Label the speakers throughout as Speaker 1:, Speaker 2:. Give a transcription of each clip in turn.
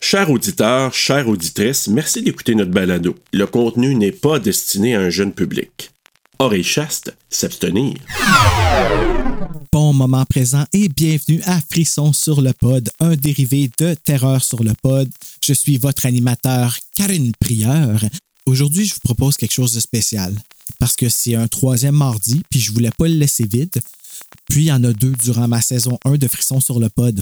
Speaker 1: Chers auditeurs, chères auditrices, merci d'écouter notre balado. Le contenu n'est pas destiné à un jeune public. Oreille chaste, s'abstenir.
Speaker 2: Bon moment présent et bienvenue à Frisson sur le pod, un dérivé de Terreur sur le pod. Je suis votre animateur, Karine Prieur. Aujourd'hui, je vous propose quelque chose de spécial parce que c'est un troisième mardi, puis je voulais pas le laisser vide. Puis il y en a deux durant ma saison 1 de Frisson sur le pod.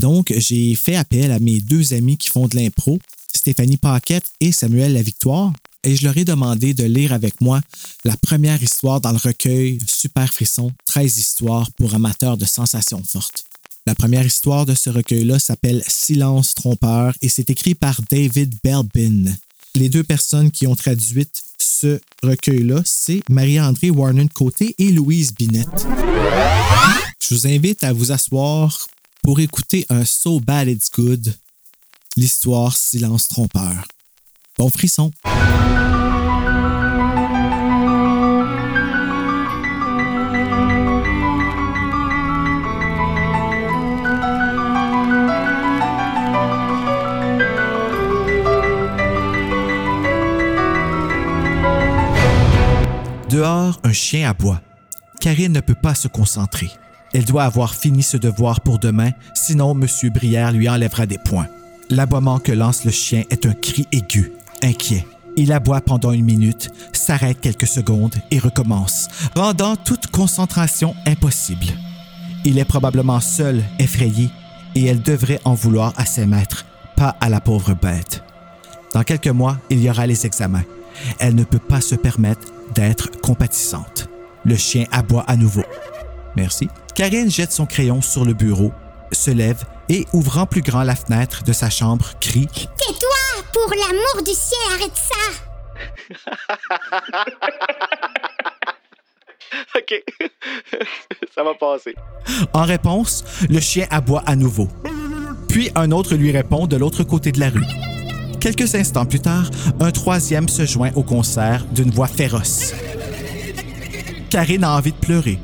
Speaker 2: Donc, j'ai fait appel à mes deux amis qui font de l'impro, Stéphanie Paquette et Samuel Lavictoire, et je leur ai demandé de lire avec moi la première histoire dans le recueil Super Frisson, 13 histoires pour amateurs de sensations fortes. La première histoire de ce recueil-là s'appelle Silence trompeur et c'est écrit par David Belbin. Les deux personnes qui ont traduit ce recueil-là, c'est Marie-André Warren Côté et Louise Binette. Je vous invite à vous asseoir pour écouter un So Bad It's Good, l'histoire Silence trompeur. Bon frisson! Dehors, un chien aboie. Karine ne peut pas se concentrer. Elle doit avoir fini ce devoir pour demain, sinon M. Brière lui enlèvera des points. L'aboiement que lance le chien est un cri aigu, inquiet. Il aboie pendant une minute, s'arrête quelques secondes et recommence, rendant toute concentration impossible. Il est probablement seul, effrayé, et elle devrait en vouloir à ses maîtres, pas à la pauvre bête. Dans quelques mois, il y aura les examens. Elle ne peut pas se permettre d'être compatissante. Le chien aboie à nouveau. Merci. Karine jette son crayon sur le bureau, se lève et, ouvrant plus grand la fenêtre de sa chambre, crie
Speaker 3: Tais-toi, pour l'amour du ciel, arrête ça
Speaker 4: OK. ça va passer.
Speaker 2: En réponse, le chien aboie à nouveau. Puis un autre lui répond de l'autre côté de la rue. Quelques instants plus tard, un troisième se joint au concert d'une voix féroce. Karine a envie de pleurer.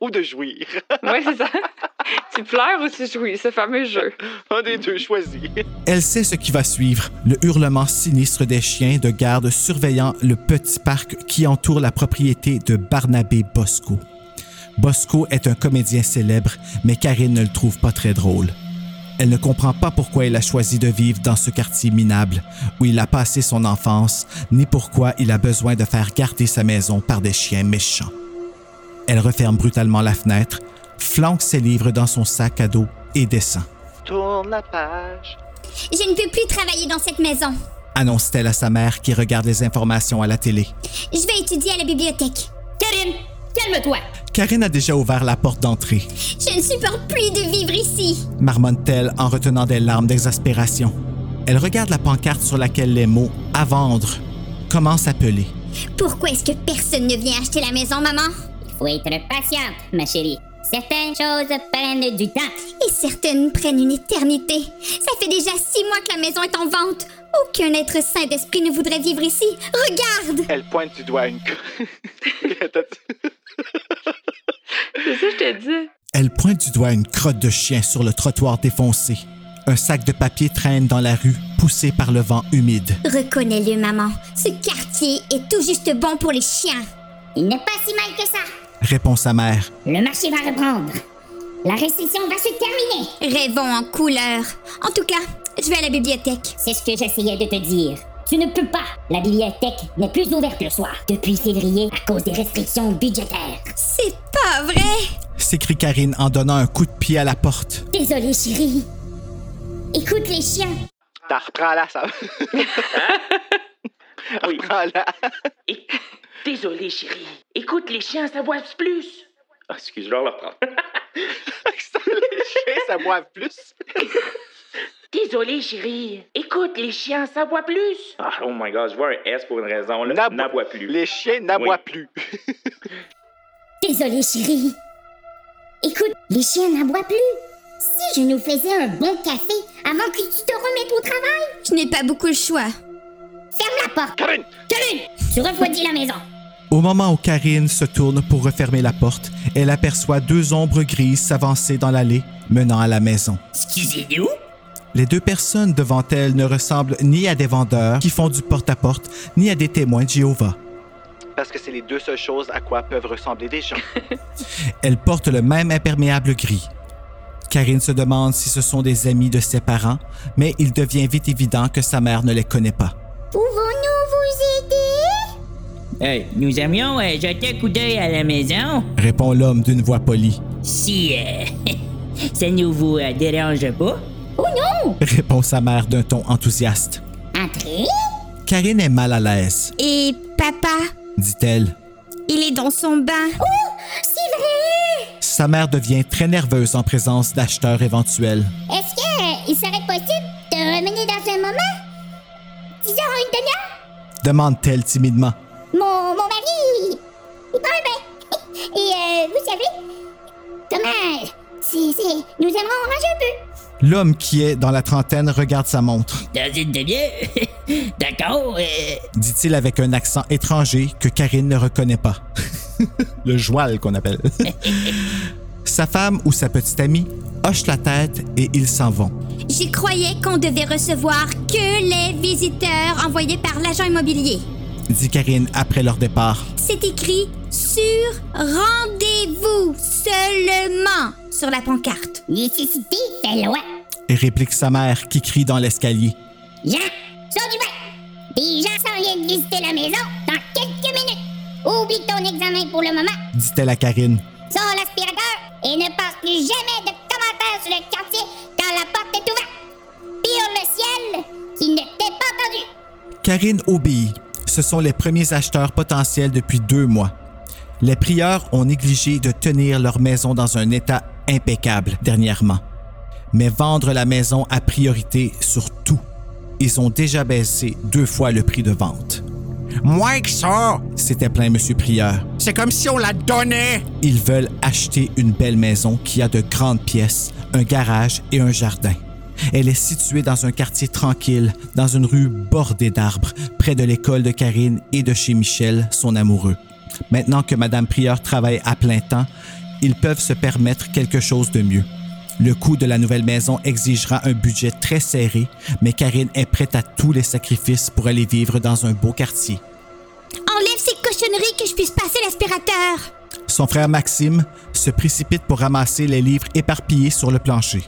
Speaker 4: Ou de jouir.
Speaker 5: Oui, c'est ça. tu pleures ou tu jouis, ce fameux jeu.
Speaker 4: Un des deux choisis.
Speaker 2: Elle sait ce qui va suivre, le hurlement sinistre des chiens de garde surveillant le petit parc qui entoure la propriété de Barnabé Bosco. Bosco est un comédien célèbre, mais Karine ne le trouve pas très drôle. Elle ne comprend pas pourquoi il a choisi de vivre dans ce quartier minable où il a passé son enfance, ni pourquoi il a besoin de faire garder sa maison par des chiens méchants. Elle referme brutalement la fenêtre, flanque ses livres dans son sac à dos et descend.
Speaker 4: Tourne la page.
Speaker 3: Je ne peux plus travailler dans cette maison.
Speaker 2: annonce-t-elle à sa mère qui regarde les informations à la télé.
Speaker 3: Je vais étudier à la bibliothèque.
Speaker 6: Karine, calme-toi.
Speaker 2: Karine a déjà ouvert la porte d'entrée,
Speaker 3: Je ne supporte plus de vivre ici.
Speaker 2: marmonne-t-elle en retenant des larmes d'exaspération. Elle regarde la pancarte sur laquelle les mots à vendre commencent à peler.
Speaker 3: Pourquoi est-ce que personne ne vient acheter la maison, maman
Speaker 6: Faut être patiente, ma chérie. Certaines choses prennent du temps.
Speaker 3: Et certaines prennent une éternité. Ça fait déjà six mois que la maison est en vente. Aucun être sain d'esprit ne voudrait vivre ici. Regarde
Speaker 4: Elle pointe du doigt à une co-
Speaker 5: C'est ça, que je te dis.
Speaker 2: Elle pointe du doigt une crotte de chien sur le trottoir défoncé. Un sac de papier traîne dans la rue, poussé par le vent humide.
Speaker 3: Reconnais-le, maman. Ce quartier est tout juste bon pour les chiens.
Speaker 6: Il n'est pas si mal que ça.
Speaker 2: Répond sa mère.
Speaker 6: Le marché va reprendre. La récession va se terminer.
Speaker 3: Rêvons en couleur. En tout cas, je vais à la bibliothèque.
Speaker 6: C'est ce que j'essayais de te dire. Tu ne peux pas. La bibliothèque n'est plus ouverte le soir depuis février à cause des restrictions budgétaires.
Speaker 3: C'est pas vrai
Speaker 2: S'écrie Karine en donnant un coup de pied à la porte.
Speaker 6: Désolée, chérie. Écoute les chiens.
Speaker 4: T'en reprends-la, ça.
Speaker 7: Hein?
Speaker 4: oui. Reprends-la.
Speaker 7: Et- Désolé, chérie. Écoute, les chiens, ça boive plus. Ah, excuse, je dois leur prendre.
Speaker 4: Les chiens, ça boive plus.
Speaker 7: Désolé, chérie. Écoute, les chiens, ça boit plus. Ah, oh my god, je vois un S pour une raison. là.
Speaker 4: N'abo-
Speaker 7: N'aboie plus.
Speaker 4: Les chiens n'aboient
Speaker 7: Oui.
Speaker 4: plus.
Speaker 6: Désolée, chérie. Écoute, les chiens n'aboient plus. Si je nous faisais un bon café avant que tu te remettes au travail,
Speaker 3: Je n'ai pas beaucoup le choix.
Speaker 6: ferme la porte.
Speaker 4: Karine!
Speaker 6: Tenez Tu refroidis la maison.
Speaker 2: Au moment où Karine se tourne pour refermer la porte, elle aperçoit deux ombres grises s'avancer dans l'allée menant à la maison.
Speaker 8: Excusez-nous?
Speaker 2: Les deux personnes devant elle ne ressemblent ni à des vendeurs qui font du porte-à-porte, ni à des témoins de Jéhovah.
Speaker 4: Parce que c'est les deux seules choses à quoi peuvent ressembler des gens.
Speaker 2: Elles portent le même imperméable gris. Karine se demande si ce sont des amis de ses parents, mais il devient vite évident que sa mère ne les connaît pas.
Speaker 6: Pouvons-nous vous aider?
Speaker 8: Euh, nous aimions euh, jeter un coup d'œil à la maison
Speaker 2: Répond l'homme d'une voix polie.
Speaker 8: si euh, ça ne vous euh, dérange pas.
Speaker 6: Oh non!
Speaker 2: Répond sa mère d'un ton enthousiaste.
Speaker 6: Entrez!
Speaker 2: Karine est mal à l'aise,
Speaker 3: Et papa,
Speaker 2: dit-elle.
Speaker 3: il est dans son bain.
Speaker 6: C'est vrai!
Speaker 2: Sa mère devient très nerveuse en présence d'acheteurs éventuels.
Speaker 6: Est-ce que euh, il serait possible de revenir dans un moment? Disons une demi-heure?
Speaker 2: Demande-t-elle timidement.
Speaker 6: Mon, mon mari, il, il prend un bain. Et euh, vous savez, comment... C'est, c'est, nous aimerons ranger un peu.
Speaker 2: L'homme qui est dans la trentaine regarde sa montre,
Speaker 8: Dans une demi-heure. D'accord. euh,
Speaker 2: dit-il avec un accent étranger que Karine ne reconnaît pas. Le joual qu'on appelle. sa femme ou sa petite amie hoche la tête et ils s'en vont.
Speaker 3: Je croyais qu'on devait recevoir que les visiteurs envoyés par l'agent immobilier.
Speaker 2: Dit Karine après leur départ.
Speaker 3: C'est écrit sur rendez-vous seulement sur la pancarte.
Speaker 6: Nécessité fait loi.
Speaker 2: Et réplique sa mère qui crie dans l'escalier.
Speaker 6: Jean, sors du bain. Des gens s'en viennent visiter la maison dans quelques minutes. Oublie ton examen pour le moment.
Speaker 2: Dit-elle à Karine.
Speaker 6: Sors l'aspirateur et ne passe plus jamais de commentaires sur le quartier quand la porte est ouverte. Pire le ciel qui ne t'est pas entendu.
Speaker 2: Karine obéit. Ce sont les premiers acheteurs potentiels depuis deux mois. Les prieurs ont négligé de tenir leur maison dans un état impeccable dernièrement. Mais vendre la maison a priorité sur tout. Ils ont déjà baissé deux fois le prix de vente.
Speaker 9: Moins que ça,
Speaker 2: C'était plein, Monsieur Prieur.
Speaker 9: c'est comme si on la donnait.
Speaker 2: Ils veulent acheter une belle maison qui a de grandes pièces, un garage et un jardin. Elle est située dans un quartier tranquille, dans une rue bordée d'arbres, près de l'école de Karine et de chez Michel, son amoureux. Maintenant que Madame Prieur travaille à plein temps, ils peuvent se permettre quelque chose de mieux. Le coût de la nouvelle maison exigera un budget très serré, mais Karine est prête à tous les sacrifices pour aller vivre dans un beau quartier.
Speaker 3: Enlève ces cochonneries que je puisse passer l'aspirateur.
Speaker 2: Son frère Maxime se précipite pour ramasser les livres éparpillés sur le plancher.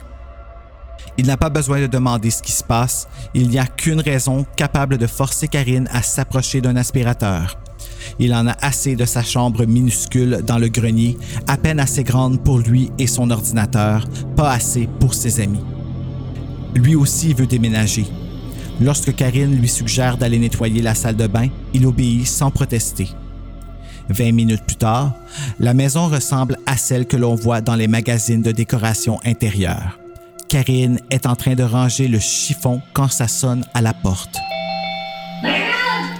Speaker 2: Il n'a pas besoin de demander ce qui se passe, il n'y a qu'une raison capable de forcer Karine à s'approcher d'un aspirateur. Il en a assez de sa chambre minuscule dans le grenier, à peine assez grande pour lui et son ordinateur, pas assez pour ses amis. Lui aussi veut déménager. Lorsque Karine lui suggère d'aller nettoyer la salle de bain, il obéit sans protester. 20 minutes plus tard, la maison ressemble à celle que l'on voit dans les magazines de décoration intérieure. Karine est en train de ranger le chiffon quand ça sonne à la porte.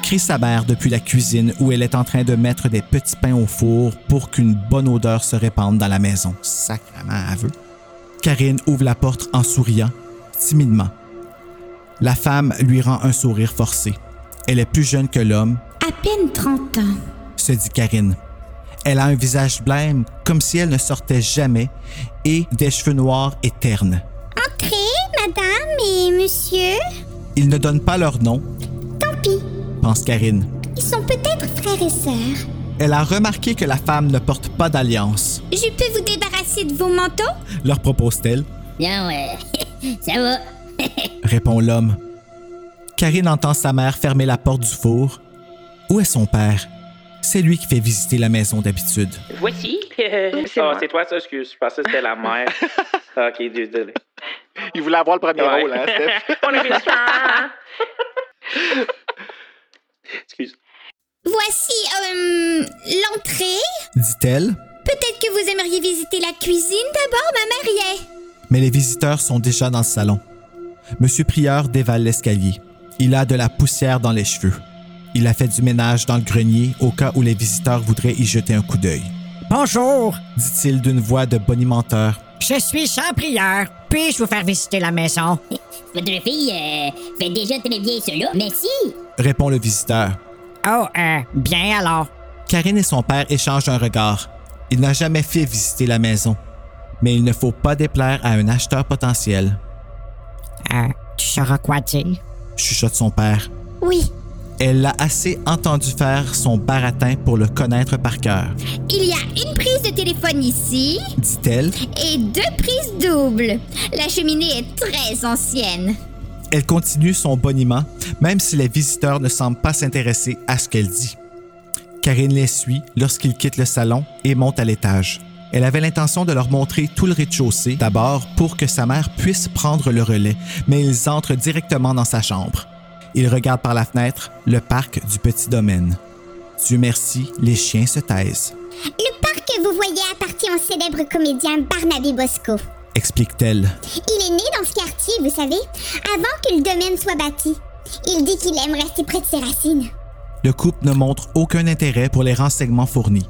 Speaker 2: Crie sa mère depuis la cuisine où elle est en train de mettre des petits pains au four pour qu'une bonne odeur se répande dans la maison. Sacrement aveu. Karine ouvre la porte en souriant, timidement. La femme lui rend un sourire forcé. Elle est plus jeune que l'homme
Speaker 3: À peine 30 ans.
Speaker 2: se dit Karine. Elle a un visage blême, comme si elle ne sortait jamais, et des cheveux noirs et ternes.
Speaker 3: Entrez, madame et monsieur.
Speaker 2: Ils ne donnent pas leur nom,
Speaker 3: Tant pis,
Speaker 2: pense Karine.
Speaker 3: ils sont peut-être frères et sœurs.
Speaker 2: Elle a remarqué que la femme ne porte pas d'alliance,
Speaker 3: Je peux vous débarrasser de vos manteaux
Speaker 2: leur propose-t-elle,
Speaker 6: Non, euh, ça va.
Speaker 2: répond l'homme. Karine entend sa mère fermer la porte du four. Où est son père? C'est lui qui fait visiter la maison d'habitude.
Speaker 7: Voici.
Speaker 5: c'est
Speaker 7: Ah,
Speaker 5: moi.
Speaker 7: c'est toi, ça, excuse. Je pensais que c'était la mère. ok, désolé.
Speaker 4: Il voulait avoir le premier
Speaker 7: Ouais.
Speaker 4: rôle, hein, Steph?
Speaker 7: On a fait ça. excuse.
Speaker 3: Voici euh, l'entrée.
Speaker 2: Dit-elle,
Speaker 3: Peut-être que vous aimeriez visiter la cuisine d'abord, ma mère y est.
Speaker 2: mais les visiteurs sont déjà dans le salon. Monsieur Prieur dévale l'escalier. Il a de la poussière dans les cheveux. Il a fait du ménage dans le grenier au cas où les visiteurs voudraient y jeter un coup d'œil.
Speaker 10: Bonjour,
Speaker 2: Dit-il d'une voix de bonimenteur.
Speaker 10: je suis sans prière. Puis-je vous faire visiter la maison?
Speaker 6: Votre fille euh, fait déjà très bien cela. Mais si,
Speaker 2: Répond le visiteur.
Speaker 10: Oh, euh, bien alors.
Speaker 2: Karine et son père échangent un regard. Il n'a jamais fait visiter la maison. Mais il ne faut pas déplaire à un acheteur potentiel,
Speaker 10: Euh, tu sauras quoi dire?
Speaker 2: chuchote son père.
Speaker 3: Oui,
Speaker 2: Elle l'a assez entendu faire son baratin pour le connaître par cœur,
Speaker 3: il y a une prise de téléphone ici
Speaker 2: dit-elle.
Speaker 3: et deux prises doubles. La cheminée est très ancienne.
Speaker 2: Elle continue son boniment, même si les visiteurs ne semblent pas s'intéresser à ce qu'elle dit. Karine les suit lorsqu'ils quittent le salon et monte à l'étage. Elle avait l'intention de leur montrer tout le rez-de-chaussée d'abord pour que sa mère puisse prendre le relais, mais ils entrent directement dans sa chambre. Ils regardent par la fenêtre le parc du petit domaine. Dieu merci, les chiens se taisent,
Speaker 6: Le parc que vous voyez appartient au célèbre comédien Barnaby Bosco.
Speaker 2: explique-t-elle.
Speaker 6: Il est né dans ce quartier, vous savez, avant que le domaine soit bâti. Il dit qu'il aime rester près de ses racines.
Speaker 2: Le couple ne montre aucun intérêt pour les renseignements fournis.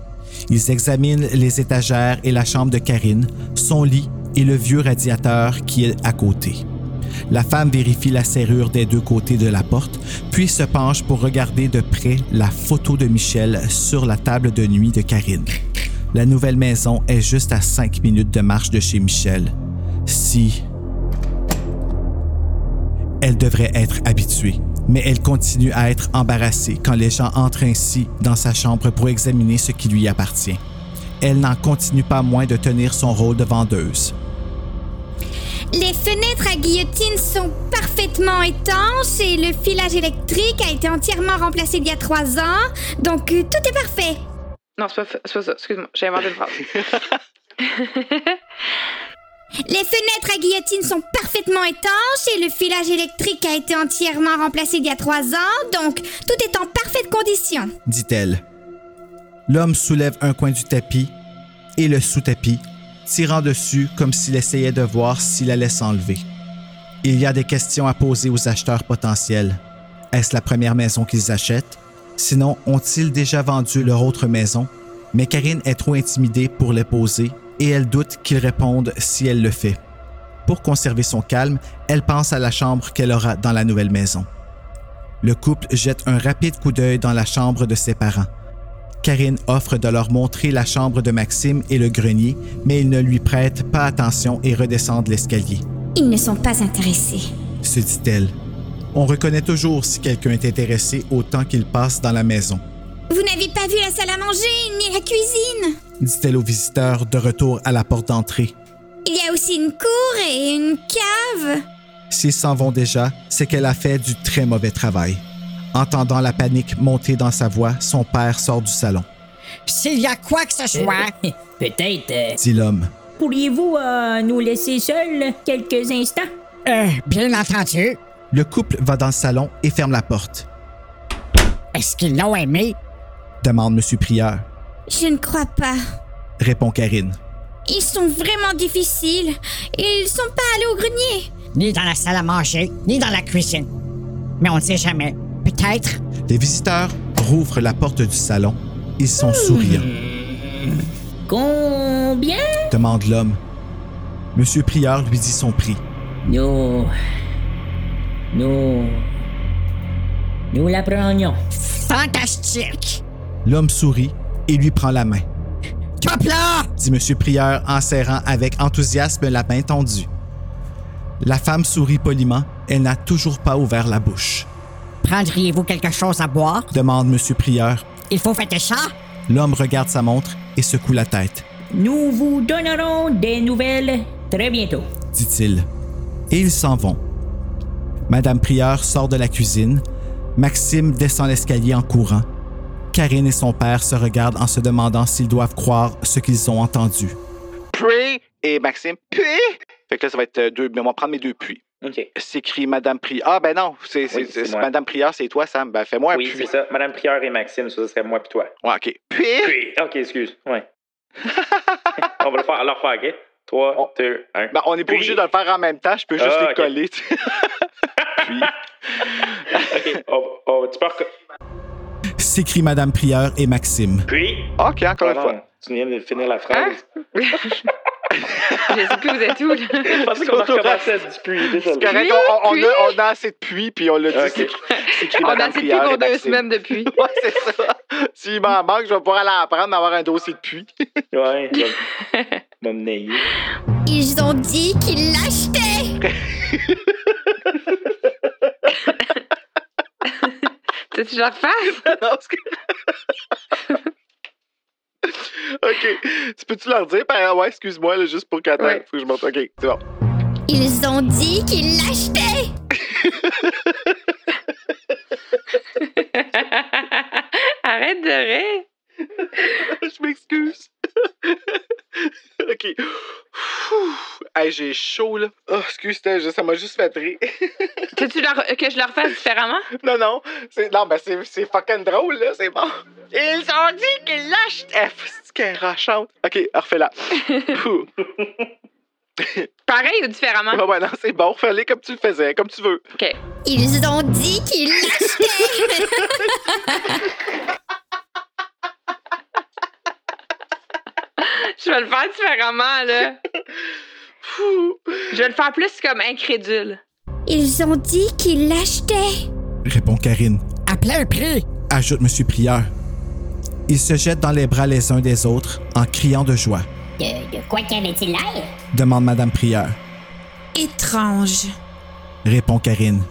Speaker 2: Ils examinent les étagères et la chambre de Karine, son lit et le vieux radiateur qui est à côté. La femme vérifie la serrure des deux côtés de la porte, puis se penche pour regarder de près la photo de Michel sur la table de nuit de Karine. La nouvelle maison est juste à cinq minutes de marche de chez Michel. Si elle devrait être habituée, mais elle continue à être embarrassée quand les gens entrent ainsi dans sa chambre pour examiner ce qui lui appartient. Elle n'en continue pas moins de tenir son rôle de vendeuse.
Speaker 3: Les fenêtres à guillotine sont parfaitement étanches et le filage électrique a été entièrement remplacé il y a trois ans, donc euh, tout est parfait.
Speaker 5: Non, c'est pas, fa- c'est pas ça. Excuse-moi, j'ai inventé une phrase.
Speaker 3: Les fenêtres à guillotine sont parfaitement étanches et le filage électrique a été entièrement remplacé il y a trois ans, donc tout est en parfaite condition.
Speaker 2: dit-elle. L'homme soulève un coin du tapis et le sous-tapis, tirant dessus comme s'il essayait de voir s'il allait s'enlever. Il y a des questions à poser aux acheteurs potentiels. Est-ce la première maison qu'ils achètent? Sinon, ont-ils déjà vendu leur autre maison? Mais Karine est trop intimidée pour les poser et elle doute qu'ils répondent si elle le fait. Pour conserver son calme, elle pense à la chambre qu'elle aura dans la nouvelle maison. Le couple jette un rapide coup d'œil dans la chambre de ses parents. Karine offre de leur montrer la chambre de Maxime et le grenier, mais ils ne lui prêtent pas attention et redescendent l'escalier,
Speaker 3: Ils ne sont pas intéressés.
Speaker 2: se dit-elle. On reconnaît toujours si quelqu'un est intéressé au temps qu'il passe dans la maison,
Speaker 3: Vous n'avez pas vu la salle à manger ni la cuisine.
Speaker 2: dit-elle aux visiteurs de retour à la porte d'entrée.
Speaker 3: Il y a aussi une cour et une cave.
Speaker 2: S'ils s'en vont déjà, c'est qu'elle a fait du très mauvais travail. Entendant la panique monter dans sa voix, son père sort du salon,
Speaker 10: S'il y a quoi que ce soit,
Speaker 8: Peut-être. euh,
Speaker 2: dit l'homme.
Speaker 8: Pourriez-vous euh, nous laisser seuls quelques instants?
Speaker 10: euh, bien entendu,
Speaker 2: Le couple va dans le salon et ferme la porte,
Speaker 10: est-ce qu'ils l'ont aimé?
Speaker 2: demande M. Prieur.
Speaker 3: Je ne crois pas.
Speaker 2: répond Karine.
Speaker 3: Ils sont vraiment difficiles. Ils sont pas allés au grenier.
Speaker 10: Ni dans la salle à manger, ni dans la cuisine. Mais on ne sait jamais. Peut-être.
Speaker 2: Les visiteurs rouvrent la porte du salon. Ils sont
Speaker 10: Hmm.
Speaker 2: souriants,
Speaker 8: Combien?
Speaker 2: demande l'homme. Monsieur Prieur lui dit son prix.
Speaker 8: Nous. Nous. Nous la prenions.
Speaker 10: Fantastique!
Speaker 2: L'homme sourit et lui prend la main,
Speaker 10: Top là!
Speaker 2: dit Monsieur Prieur en serrant avec enthousiasme la main tendue. La femme sourit poliment, elle n'a toujours pas ouvert la bouche.
Speaker 10: Prendriez-vous quelque chose à boire?
Speaker 2: Demande Monsieur Prieur.
Speaker 10: Il faut fêter ça?
Speaker 2: L'homme regarde sa montre et secoue la tête,
Speaker 8: Nous vous donnerons des nouvelles très bientôt.
Speaker 2: dit-il. Et ils s'en vont. Madame Prieur sort de la cuisine. Maxime descend l'escalier en courant. Karine et son père se regardent en se demandant s'ils doivent croire ce qu'ils ont entendu.
Speaker 4: Pré et Maxime, puis. Fait que là, ça va être euh, deux. Mais on va prendre mes deux puis.
Speaker 7: OK.
Speaker 4: S'écrit Madame Prieur. Ah, ben non, c'est, c'est-
Speaker 7: Oui, c'est
Speaker 4: c'est-
Speaker 7: moi.
Speaker 4: Madame Prieur, c'est toi, Sam. Ben fais-moi un
Speaker 7: oui,
Speaker 4: puis.
Speaker 7: c'est ça. Madame Prieur et Maxime, ça, ce serait moi puis toi.
Speaker 4: Ouais, OK. Puis.
Speaker 7: Puis- OK, excuse. Ouais. On va le faire, leur faire, OK? 3, 2, 1.
Speaker 4: Ben, on n'est pas
Speaker 7: Puis.
Speaker 4: obligé de le faire en même temps, je peux juste
Speaker 7: Ah,
Speaker 4: les
Speaker 7: ok.
Speaker 4: coller. tu sais. puis.
Speaker 7: OK. on- on- tu peux reco-
Speaker 2: s'écrit Madame Prieur et Maxime.
Speaker 7: Puis.
Speaker 4: OK, encore une
Speaker 7: Pardon,
Speaker 4: fois.
Speaker 7: Tu viens de finir la phrase.
Speaker 5: je sais plus vous êtes où, là.
Speaker 7: Je pensais qu'on a recommencé à du puis.
Speaker 4: C'est
Speaker 7: désolé.
Speaker 4: correct,
Speaker 5: Puis,
Speaker 4: on, on- on
Speaker 5: puis.
Speaker 4: a, on a assez de puis, puis on l'a dit.
Speaker 7: OK.
Speaker 4: C'est- C'est écrit
Speaker 5: On a
Speaker 4: Madame
Speaker 5: assez
Speaker 4: Prieur.
Speaker 5: depuis
Speaker 4: et
Speaker 5: pour deux
Speaker 4: Maxime.
Speaker 5: semaines depuis.
Speaker 4: Ouais, c'est ça. S'il m'en manque, je vais pouvoir aller en prendre, mais avoir un dossier de puits.
Speaker 7: Ouais, je vais- je vais me nailler.
Speaker 3: Ils ont dit qu'ils l'achetaient.
Speaker 5: T'as-tu la face?
Speaker 4: Non, c'est que- OK. Tu peux-tu leur dire? par- Ouais, excuse-moi, là, juste pour qu'elle
Speaker 5: Ouais.
Speaker 4: Faut que je monte. OK, c'est bon.
Speaker 3: Ils ont dit qu'ils l'achetaient.
Speaker 5: Arrête de rire.
Speaker 4: je m'excuse. OK. Pfff. Hey, j'ai chaud, là. Oh, excuse, c'était juste- ça m'a juste fait rire.
Speaker 5: T'as-tu leur- que je leur fasse différemment?
Speaker 4: Non, non. c'est- Non, ben, c'est c'est fucking drôle, là. C'est bon. Ils ont dit qu'ils lâchent. Eh, c'est qu'elle rachante. OK, refais-la. Pfff.
Speaker 5: Pareil ou différemment?
Speaker 4: ouais, Ah ouais, non, c'est bon. Refais-les comme tu le faisais, comme tu veux.
Speaker 3: Ils ont dit qu'ils l'achetaient.
Speaker 5: Je vais le faire différemment, là.
Speaker 4: Pfff.
Speaker 5: Je vais le faire plus comme incrédule.
Speaker 3: Ils ont dit qu'ils l'achetaient.
Speaker 2: répond Karine.
Speaker 10: À plein prix.
Speaker 2: Ajoute M. Prieur. Ils se jettent dans les bras les uns des autres en criant de joie,
Speaker 6: De, de quoi qu'avait-il l'air?
Speaker 2: demande Madame Prieur.
Speaker 11: Étrange.
Speaker 2: Répond Karine.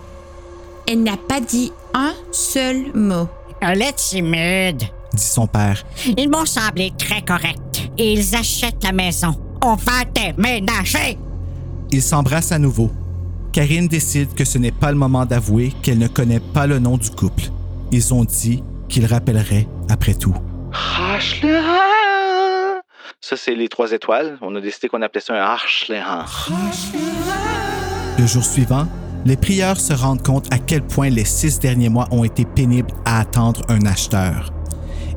Speaker 11: Elle n'a pas dit un seul mot.
Speaker 10: Elle est timide.
Speaker 2: Dit son père.
Speaker 10: Ils m'ont semblé très corrects. Et ils achètent la maison. On va déménager.
Speaker 2: Ils s'embrassent à nouveau. Karine décide que ce n'est pas le moment d'avouer qu'elle ne connaît pas le nom du couple. Ils ont dit qu'ils rappelleraient après tout.
Speaker 4: Harshlehan. Ça, c'est les trois étoiles. On a décidé qu'on appelait ça un Harshlehan.
Speaker 2: Le jour suivant, les prieurs se rendent compte à quel point les six derniers mois ont été pénibles à attendre un acheteur.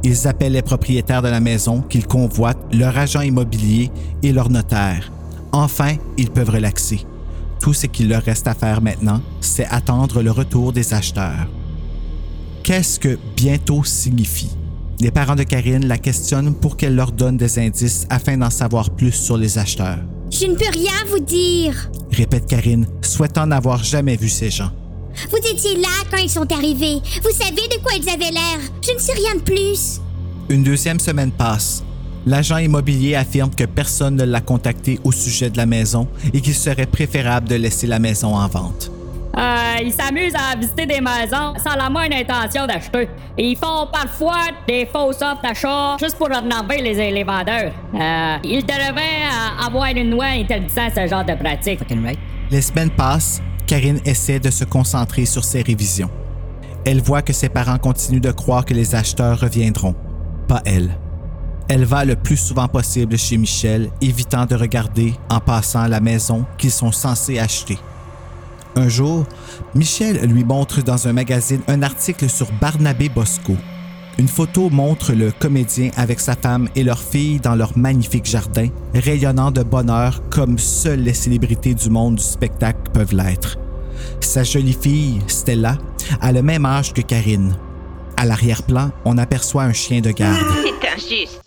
Speaker 2: Ils appellent les propriétaires de la maison qu'ils convoitent, leur agent immobilier et leur notaire. Enfin, ils peuvent relaxer. Tout ce qu'il leur reste à faire maintenant, c'est attendre le retour des acheteurs. Qu'est-ce que bientôt signifie? Les parents de Karine la questionnent pour qu'elle leur donne des indices afin d'en savoir plus sur les acheteurs
Speaker 3: Je ne peux rien vous dire.
Speaker 2: répète Karine, souhaitant n'avoir jamais vu ces gens.
Speaker 3: Vous étiez là quand ils sont arrivés. Vous savez de quoi ils avaient l'air. Je ne sais rien de plus.
Speaker 2: Une deuxième semaine passe. L'agent immobilier affirme que personne ne l'a contacté au sujet de la maison et qu'il serait préférable de laisser la maison en vente.
Speaker 12: Euh, ils s'amusent à visiter des maisons sans la moindre intention d'acheter. Et ils font parfois des fausses offres d'achat juste pour renommer les, les vendeurs. Euh, ils devraient euh, avoir une loi interdisant ce genre de pratique.
Speaker 2: Les semaines passent, Karine essaie de se concentrer sur ses révisions. Elle voit que ses parents continuent de croire que les acheteurs reviendront, pas elle. Elle va le plus souvent possible chez Michel, évitant de regarder en passant la maison qu'ils sont censés acheter. Un jour, Michel lui montre dans un magazine un article sur Barnabé Bosco. Une photo montre le comédien avec sa femme et leur fille dans leur magnifique jardin, rayonnant de bonheur comme seules les célébrités du monde du spectacle peuvent l'être. Sa jolie fille, Stella, a le même âge que Karine. À l'arrière-plan, on aperçoit un chien de garde.
Speaker 5: C'est injuste.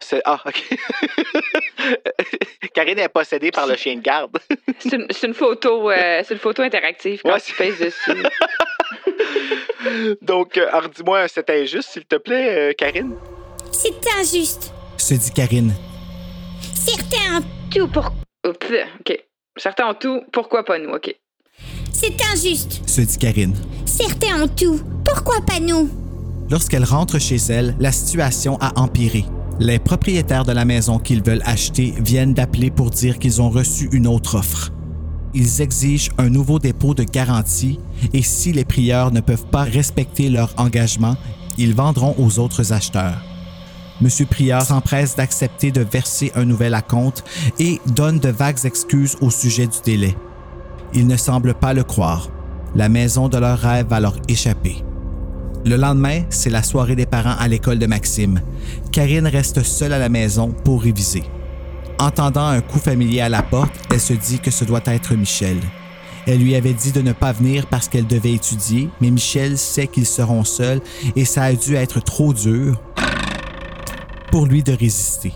Speaker 4: C'est- Ah, OK. Karine est possédée par le chien de garde.
Speaker 5: C'est une, c'est une photo, euh, c'est une photo interactive quand
Speaker 4: Ouais,
Speaker 5: tu pèses dessus.
Speaker 4: Donc, euh, alors, dis-moi, c'est injuste, s'il te plaît, euh, Karine.
Speaker 3: C'est injuste.
Speaker 2: se dit Karine.
Speaker 3: Certains,
Speaker 5: Tout pour. Oups, Euh, Ok. Certains ont tout, pourquoi pas nous? Ok.
Speaker 3: c'est injuste.
Speaker 2: se dit Karine.
Speaker 3: Certains ont tout. Pourquoi pas nous
Speaker 2: Lorsqu'elle rentre chez elle, la situation a empiré. Les propriétaires de la maison qu'ils veulent acheter viennent d'appeler pour dire qu'ils ont reçu une autre offre. Ils exigent un nouveau dépôt de garantie et si les prieurs ne peuvent pas respecter leur engagement, ils vendront aux autres acheteurs. Monsieur Prieur s'empresse d'accepter de verser un nouvel acompte et donne de vagues excuses au sujet du délai. Ils ne semblent pas le croire. La maison de leur rêve va leur échapper. Le lendemain, c'est la soirée des parents à l'école de Maxime. Karine reste seule à la maison pour réviser. Entendant un coup familier à la porte, elle se dit que ce doit être Michel. Elle lui avait dit de ne pas venir parce qu'elle devait étudier, mais Michel sait qu'ils seront seuls et ça a dû être trop dur pour lui de résister.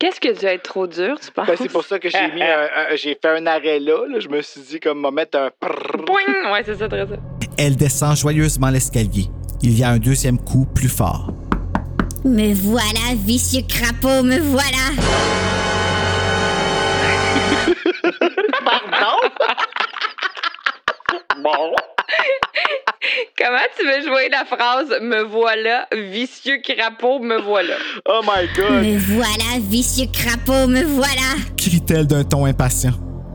Speaker 5: Qu'est-ce que tu as être trop dur, tu penses?
Speaker 4: Ben, c'est pour ça que j'ai mis un- un- j'ai fait un arrêt là, là. Je me suis dit comme me mettre un prrr.
Speaker 5: Boing! Ouais, c'est ça, très ça.
Speaker 2: Elle descend joyeusement l'escalier. Il y a un deuxième coup plus fort.
Speaker 6: Me voilà, vicieux crapaud, me voilà.
Speaker 4: Pardon?
Speaker 5: Bon. Comment tu veux jouer la phrase Me voilà, vicieux crapaud, me voilà?
Speaker 4: Oh my god!
Speaker 6: Me voilà, vicieux crapaud, me voilà.
Speaker 2: Crie-t-elle d'un ton impatient.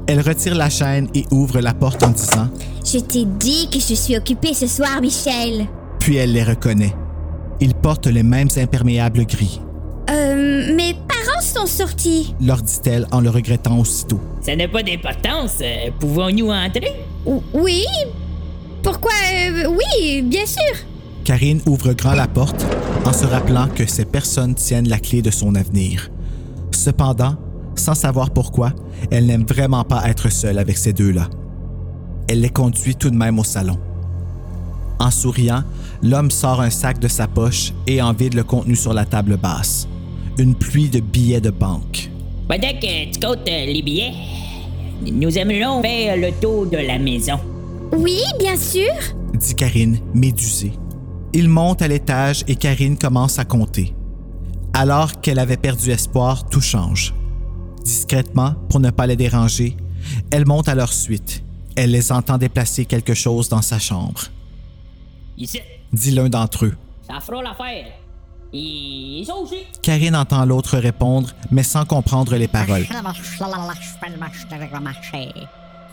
Speaker 2: Elle retire la chaîne et ouvre la porte en disant
Speaker 6: Je t'ai dit que je suis occupée ce soir, Michel.
Speaker 2: Puis elle les reconnaît. Ils portent les mêmes imperméables gris.
Speaker 3: Euh, mes parents sont sortis.
Speaker 2: Leur dit-elle en le regrettant aussitôt.
Speaker 8: Ça n'a pas d'importance. euh, Pouvons-nous entrer?
Speaker 3: O- Oui? Pourquoi? euh, oui, bien sûr.
Speaker 2: Karine ouvre grand la porte en se rappelant que ces personnes tiennent la clé de son avenir. Cependant, sans savoir pourquoi, elle n'aime vraiment pas être seule avec ces deux-là. Elle les conduit tout de même au salon. En souriant, l'homme sort un sac de sa poche et en vide le contenu sur la table basse. Une pluie de billets de banque.
Speaker 8: Pendant que tu comptes euh, les billets, nous aimerions faire le tour de la maison.
Speaker 3: Oui, bien sûr.
Speaker 2: dit Karine, médusée. Il monte à l'étage et Karine commence à compter. Alors qu'elle avait perdu espoir, tout change. Discrètement, pour ne pas les déranger, elle monte à leur suite. Elle les entend déplacer quelque chose dans sa chambre,
Speaker 8: Ici,
Speaker 2: dit l'un d'entre eux.
Speaker 8: ça fera l'affaire. Ils sont aussi.
Speaker 2: Karine entend l'autre répondre, mais sans comprendre les paroles,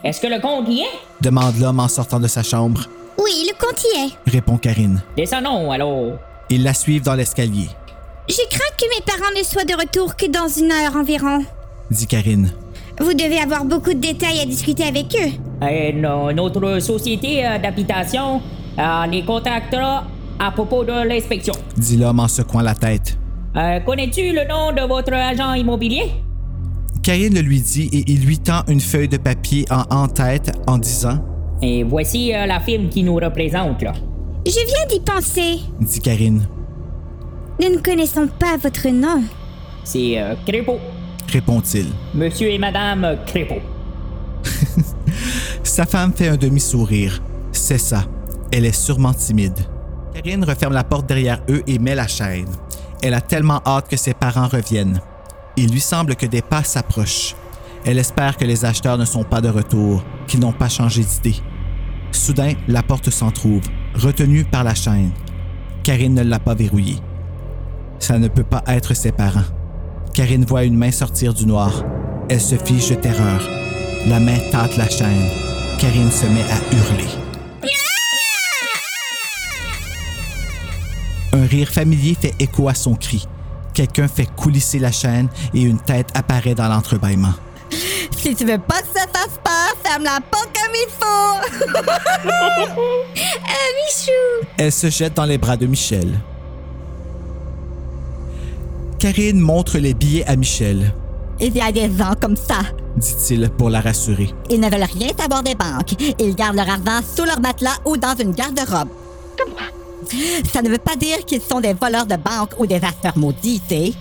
Speaker 8: Est-ce que le compte y est?
Speaker 2: demande l'homme en sortant de sa chambre.
Speaker 3: Oui, le compte y est.
Speaker 2: Répond Karine.
Speaker 8: Descendons alors.
Speaker 2: Ils la suivent dans l'escalier,
Speaker 3: Je crains que mes parents ne soient de retour que dans une heure environ.
Speaker 2: dit Karine.
Speaker 3: Vous devez avoir beaucoup de détails à discuter avec eux.
Speaker 8: Et Euh, no- notre société euh, d'habitation euh, les contactera à propos de l'inspection.
Speaker 2: Dit l'homme en secouant la tête.
Speaker 8: Euh, Connais-tu le nom de votre agent immobilier?
Speaker 2: Karine le lui dit et il lui tend une feuille de papier en en-tête en disant
Speaker 8: Et voici euh, la firme qui nous représente. Là.
Speaker 3: Je viens d'y penser.
Speaker 2: Dit Karine.
Speaker 3: Nous ne connaissons pas votre nom.
Speaker 8: C'est euh, Crépeau.
Speaker 2: Répond-il.
Speaker 8: Monsieur et Madame Crépeau.
Speaker 2: Sa femme fait un demi-sourire. C'est ça. Elle est sûrement timide. Karine referme la porte derrière eux et met la chaîne. Elle a tellement hâte que ses parents reviennent. Il lui semble que des pas s'approchent. Elle espère que les acheteurs ne sont pas de retour, qu'ils n'ont pas changé d'idée. Soudain, la porte s'entr'ouvre, retenue par la chaîne. Karine ne l'a pas verrouillée. Ça ne peut pas être ses parents. Karine voit une main sortir du noir. Elle se fiche de terreur. La main tâte la chaîne. Karine se met à hurler. Un rire familier fait écho à son cri. Quelqu'un fait coulisser la chaîne et une tête apparaît dans l'entrebâillement.
Speaker 13: Si tu veux pas que ça fasse peur, ferme la porte comme il faut. euh, Michou.
Speaker 2: Elle se jette dans les bras de Michel. Karine montre les billets à Michel,
Speaker 13: Il y a des gens comme ça.
Speaker 2: dit-il pour la rassurer.
Speaker 13: Ils ne veulent rien savoir des banques. Ils gardent leur argent sous leur matelas ou dans une garde-robe. Ça ne veut pas dire qu'ils sont des voleurs de banque ou des hein? acheteurs maudits, t'sais.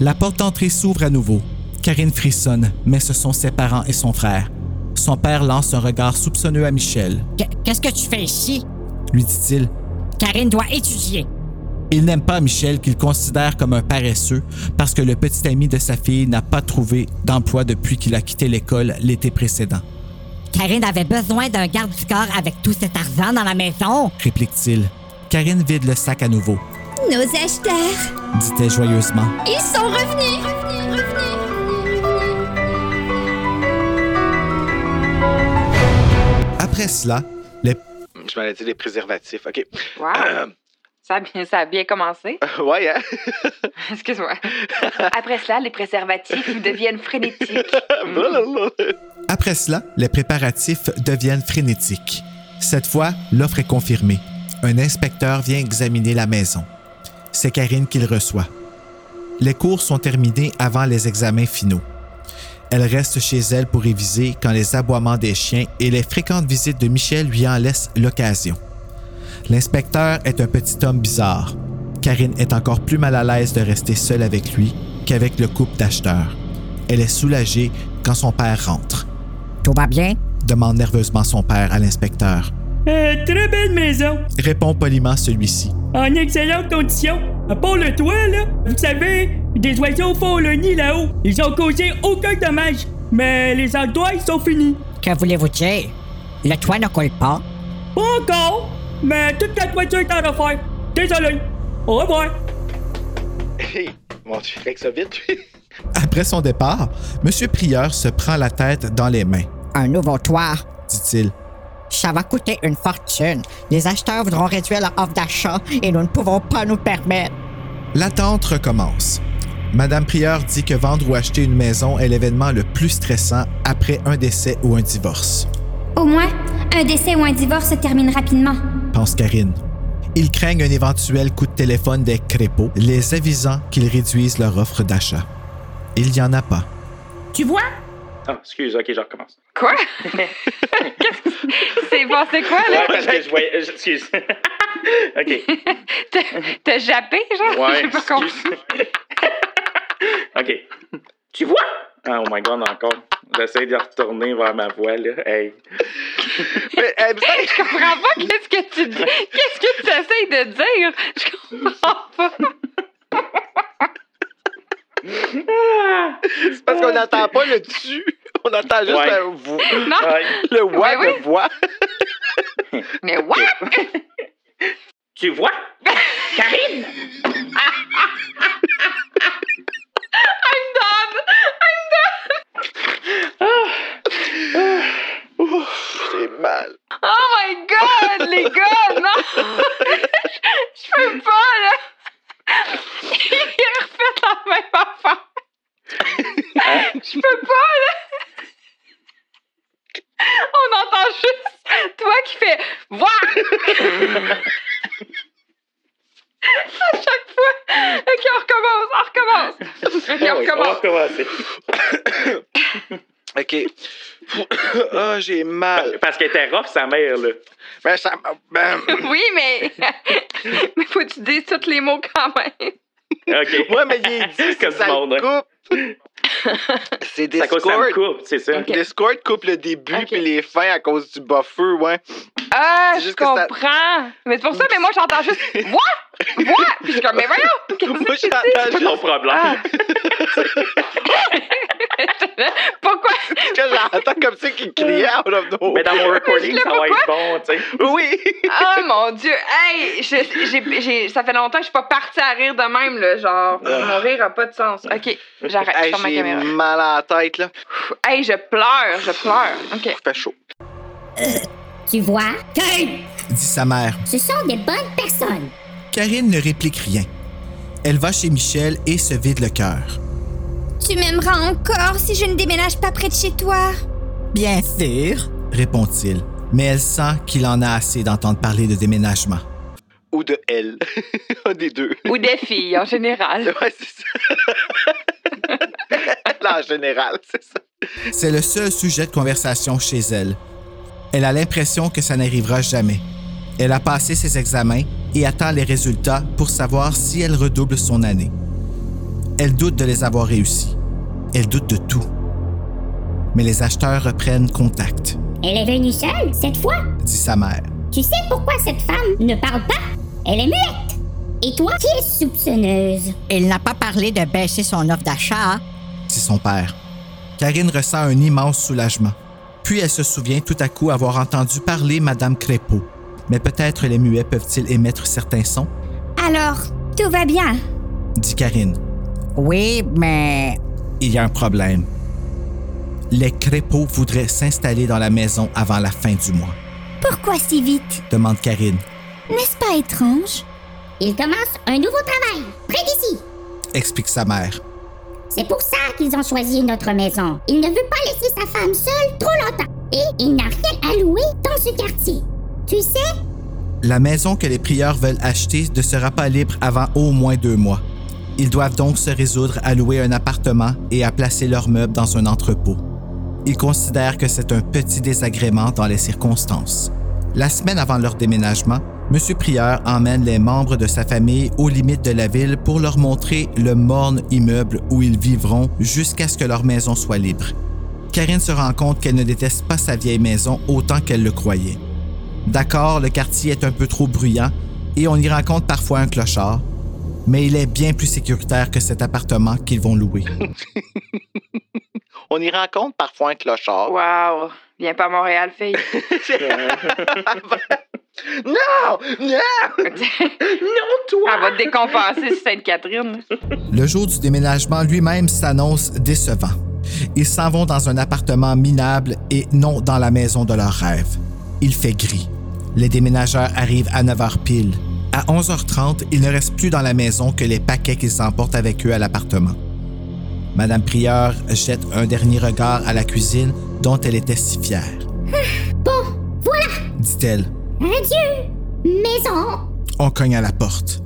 Speaker 2: La porte d'entrée s'ouvre à nouveau. Karine frissonne, mais ce sont ses parents et son frère. Son père lance un regard soupçonneux à Michel.
Speaker 10: Que- Qu'est-ce que tu fais ici?
Speaker 2: Lui dit-il,
Speaker 10: Karine doit étudier.
Speaker 2: il n'aime pas Michel qu'il considère comme un paresseux parce que le petit ami de sa fille n'a pas trouvé d'emploi depuis qu'il a quitté l'école l'été précédent,
Speaker 13: Karine avait besoin d'un garde du corps avec tout cet argent dans la maison.
Speaker 2: réplique-t-il. Karine vide le sac à nouveau,
Speaker 3: Nos acheteurs.
Speaker 2: dit-elle joyeusement.
Speaker 3: Ils sont revenus.
Speaker 2: Après cela, les...
Speaker 4: Je m'allais dire des préservatifs, OK.
Speaker 5: Wow. Ça a bien, ça a bien commencé.
Speaker 4: ouais, hein?
Speaker 5: Excuse-moi. Après cela, les préservatifs deviennent frénétiques.
Speaker 2: Après cela, les préparatifs deviennent frénétiques. Cette fois, l'offre est confirmée. Un inspecteur vient examiner la maison. C'est Karine qu'il reçoit. Les cours sont terminés avant les examens finaux. Elle reste chez elle pour réviser quand les aboiements des chiens et les fréquentes visites de Michel lui en laissent l'occasion. L'inspecteur est un petit homme bizarre. Karine est encore plus mal à l'aise de rester seule avec lui qu'avec le couple d'acheteurs. Elle est soulagée quand son père rentre.
Speaker 13: Tout va bien?
Speaker 2: demande nerveusement son père à l'inspecteur.
Speaker 14: Euh, très belle maison.
Speaker 2: Répond poliment celui-ci.
Speaker 14: En excellente condition. À part le toit, là, vous savez, des oiseaux font le nid là-haut. Ils ont causé aucun dommage, mais les endroits, ils sont finis.
Speaker 10: Que voulez-vous dire? Le toit ne coule pas.
Speaker 14: Pas encore, Oh, mais toute la toiture est en refaire. Désolé. Au revoir.
Speaker 4: Hé, mon Dieu, règle ça vite,
Speaker 2: Après son départ, M. Prieur se prend la tête dans les mains.
Speaker 10: Un nouveau toit,
Speaker 2: dit-il.
Speaker 10: ça va coûter une fortune. Les acheteurs voudront réduire leur offre d'achat et nous ne pouvons pas nous permettre.
Speaker 2: L'attente recommence. Madame Prieur dit que vendre ou acheter une maison est l'événement le plus stressant après un décès ou un divorce,
Speaker 3: Au moins, un décès ou un divorce se termine rapidement.
Speaker 2: pense Karine. Ils craignent un éventuel coup de téléphone des crépaux, les avisant qu'ils réduisent leur offre d'achat. Il n'y en a pas.
Speaker 7: Tu vois? Ah, excuse, ok, je recommence.
Speaker 5: Quoi? Qu'est-ce que- C'est passé quoi,
Speaker 7: Ouais,
Speaker 5: là?
Speaker 7: parce que je voyais. je- Excuse. ok.
Speaker 5: T'as- T'as jappé, genre?
Speaker 7: Ouais,
Speaker 5: J'ai pas compris.
Speaker 7: Ok. Tu vois? Ah, oh my god, encore. J'essaie de retourner vers ma voix, là. Hey.
Speaker 4: eh,
Speaker 5: Je comprends pas qu'est-ce que tu dis. Qu'est-ce que tu essayes de dire? Je comprends pas. Ah!
Speaker 4: C'est parce qu'on n'entend pas le tu. On entend juste
Speaker 7: Ouais.
Speaker 4: le vous.
Speaker 7: Non.
Speaker 4: Le wa
Speaker 7: Ouais,
Speaker 4: de voix.
Speaker 5: Mais what?
Speaker 7: Tu vois? Karine!
Speaker 5: I'm done! I'm
Speaker 4: Ouf, c'est mal.
Speaker 5: done! Oh my god, les gars, non! Je je peux pas, là! Il a refait la même affaire! Je peux pas, là! On entend juste toi qui fais Waouh! À chaque fois! Ok, on recommence, on recommence! Ok, on
Speaker 7: Ah oui,
Speaker 5: recommence!
Speaker 7: recommencer.
Speaker 4: OK. Ah, j'ai mal.
Speaker 7: Parce qu'elle était rough, sa mère, là.
Speaker 4: Ben, ça m'a- ben,
Speaker 5: Oui, mais. mais faut que tu dises tous les mots quand même.
Speaker 7: OK.
Speaker 4: Ouais, mais il est dit que
Speaker 7: Comme
Speaker 4: ça
Speaker 7: du monde,
Speaker 4: le
Speaker 7: hein.
Speaker 4: coupe. C'est
Speaker 7: C'est à cause que ça me
Speaker 4: Discord.
Speaker 7: coupe, c'est ça.
Speaker 4: Discord coupe le début puis les fins à cause du buffer, ouais.
Speaker 5: Ah,
Speaker 4: C'est
Speaker 5: je
Speaker 4: juste que ça-
Speaker 5: comprends. Mais c'est pour ça, mais moi, j'entends juste. What? What? Puis je suis comme, mais voyons!
Speaker 4: Moi,
Speaker 5: qu'est-ce que tu dis?
Speaker 4: j'entends juste...
Speaker 7: Ton problème.
Speaker 5: Ah. Pourquoi?
Speaker 4: Parce que j'entends comme ça qu'il criait out of nowhere.
Speaker 7: Mais dans mon recording,
Speaker 5: Mais je
Speaker 7: ça
Speaker 5: le
Speaker 7: va être bon, tu sais.
Speaker 4: Oui!
Speaker 5: Oh mon dieu! Hey! je- j'ai- j'ai- ça fait longtemps que je suis pas partie à rire de même, là. Genre, mon rire a pas de sens. Ok, j'arrête, je
Speaker 4: Ah. Hey,
Speaker 5: ferme ma
Speaker 4: j'ai
Speaker 5: caméra.
Speaker 4: mal à la tête, là.
Speaker 5: Hey, je pleure, je pleure. Ok.
Speaker 4: Fait chaud.
Speaker 6: Tu vois? Karine!
Speaker 2: Dit sa mère.
Speaker 6: Ce sont des bonnes personnes.
Speaker 2: Karine ne réplique rien. Elle va chez Michel et se vide le cœur.
Speaker 3: Tu m'aimeras encore si je ne déménage pas près de chez toi.
Speaker 2: Bien sûr, répond-il. Mais elle sent qu'il en a assez d'entendre parler de déménagement.
Speaker 4: Ou de elle. Un des deux.
Speaker 5: Ou des filles en général.
Speaker 4: Ouais, c'est ça. Là, en général, c'est ça.
Speaker 2: C'est le seul sujet de conversation chez elle. Elle a l'impression que ça n'arrivera jamais. Elle a passé ses examens et attend les résultats pour savoir si elle redouble son année. Elle doute de les avoir réussis. Elle doute de tout. Mais les acheteurs reprennent contact,
Speaker 6: Elle est venue seule, cette fois.
Speaker 2: dit sa mère.
Speaker 6: Tu sais pourquoi cette femme ne parle pas? Elle est muette. Et toi, qui est soupçonneuse?
Speaker 10: Il n'a pas parlé de baisser son offre d'achat.
Speaker 2: dit son père. Karine ressent un immense soulagement. Puis elle se souvient tout à coup avoir entendu parler Madame Crépeau. Mais peut-être les muets peuvent-ils émettre certains sons,
Speaker 3: Alors, tout va bien.
Speaker 2: dit Karine.
Speaker 10: Oui, mais
Speaker 2: Il y a un problème. Les Crépeaux voudraient s'installer dans la maison avant la fin du mois,
Speaker 3: Pourquoi si vite
Speaker 2: demande Karine,
Speaker 3: N'est-ce pas étrange
Speaker 6: Ils commencent un nouveau travail, près d'ici.
Speaker 2: explique sa mère.
Speaker 6: C'est pour ça qu'ils ont choisi notre maison. Il ne veut pas laisser sa femme seule trop longtemps. Et il n'a rien à louer dans ce quartier. Tu sais,
Speaker 2: La maison que les prieurs veulent acheter ne sera pas libre avant au moins deux mois. Ils doivent donc se résoudre à louer un appartement et à placer leurs meubles dans un entrepôt. Ils considèrent que c'est un petit désagrément dans les circonstances. La semaine avant leur déménagement, M. Prieur emmène les membres de sa famille aux limites de la ville pour leur montrer le morne immeuble où ils vivront jusqu'à ce que leur maison soit libre. Karine se rend compte qu'elle ne déteste pas sa vieille maison autant qu'elle le croyait. D'accord, le quartier est un peu trop bruyant et on y rencontre parfois un clochard, mais il est bien plus sécuritaire que cet appartement qu'ils vont louer.
Speaker 4: On y rencontre parfois un clochard.
Speaker 5: Wow! Viens pas à Montréal, fille.
Speaker 4: non! Non!
Speaker 5: non, toi! Elle va te décompenser sur Sainte-Catherine.
Speaker 2: Le jour du déménagement lui-même s'annonce décevant. Ils s'en vont dans un appartement minable et non dans la maison de leurs rêves. Il fait gris. Les déménageurs arrivent à 9h pile. À 11h30, il ne reste plus dans la maison que les paquets qu'ils emportent avec eux à l'appartement. Madame Prieur jette un dernier regard à la cuisine dont elle était si fière.
Speaker 6: Bon, voilà!
Speaker 2: Dit-elle.
Speaker 6: Adieu! Maison!
Speaker 2: On cogne à la porte.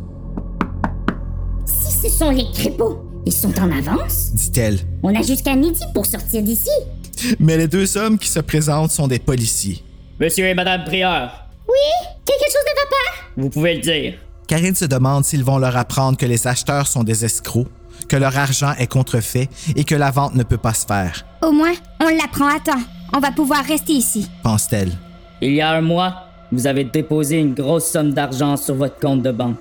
Speaker 6: Si ce sont les crépauds, ils sont en avance?
Speaker 2: Dit-elle.
Speaker 6: On a jusqu'à midi pour sortir d'ici.
Speaker 2: Mais les deux hommes qui se présentent sont des policiers.
Speaker 15: Monsieur et Madame Prieur,
Speaker 6: Oui? Quelque chose ne va pas?
Speaker 15: vous pouvez le dire.
Speaker 2: Karine se demande s'ils vont leur apprendre que les acheteurs sont des escrocs, que leur argent est contrefait et que la vente ne peut pas se faire,
Speaker 3: Au moins, on l'apprend à temps. On va pouvoir rester ici.
Speaker 2: pense-t-elle.
Speaker 15: Il y a un mois, vous avez déposé une grosse somme d'argent sur votre compte de banque,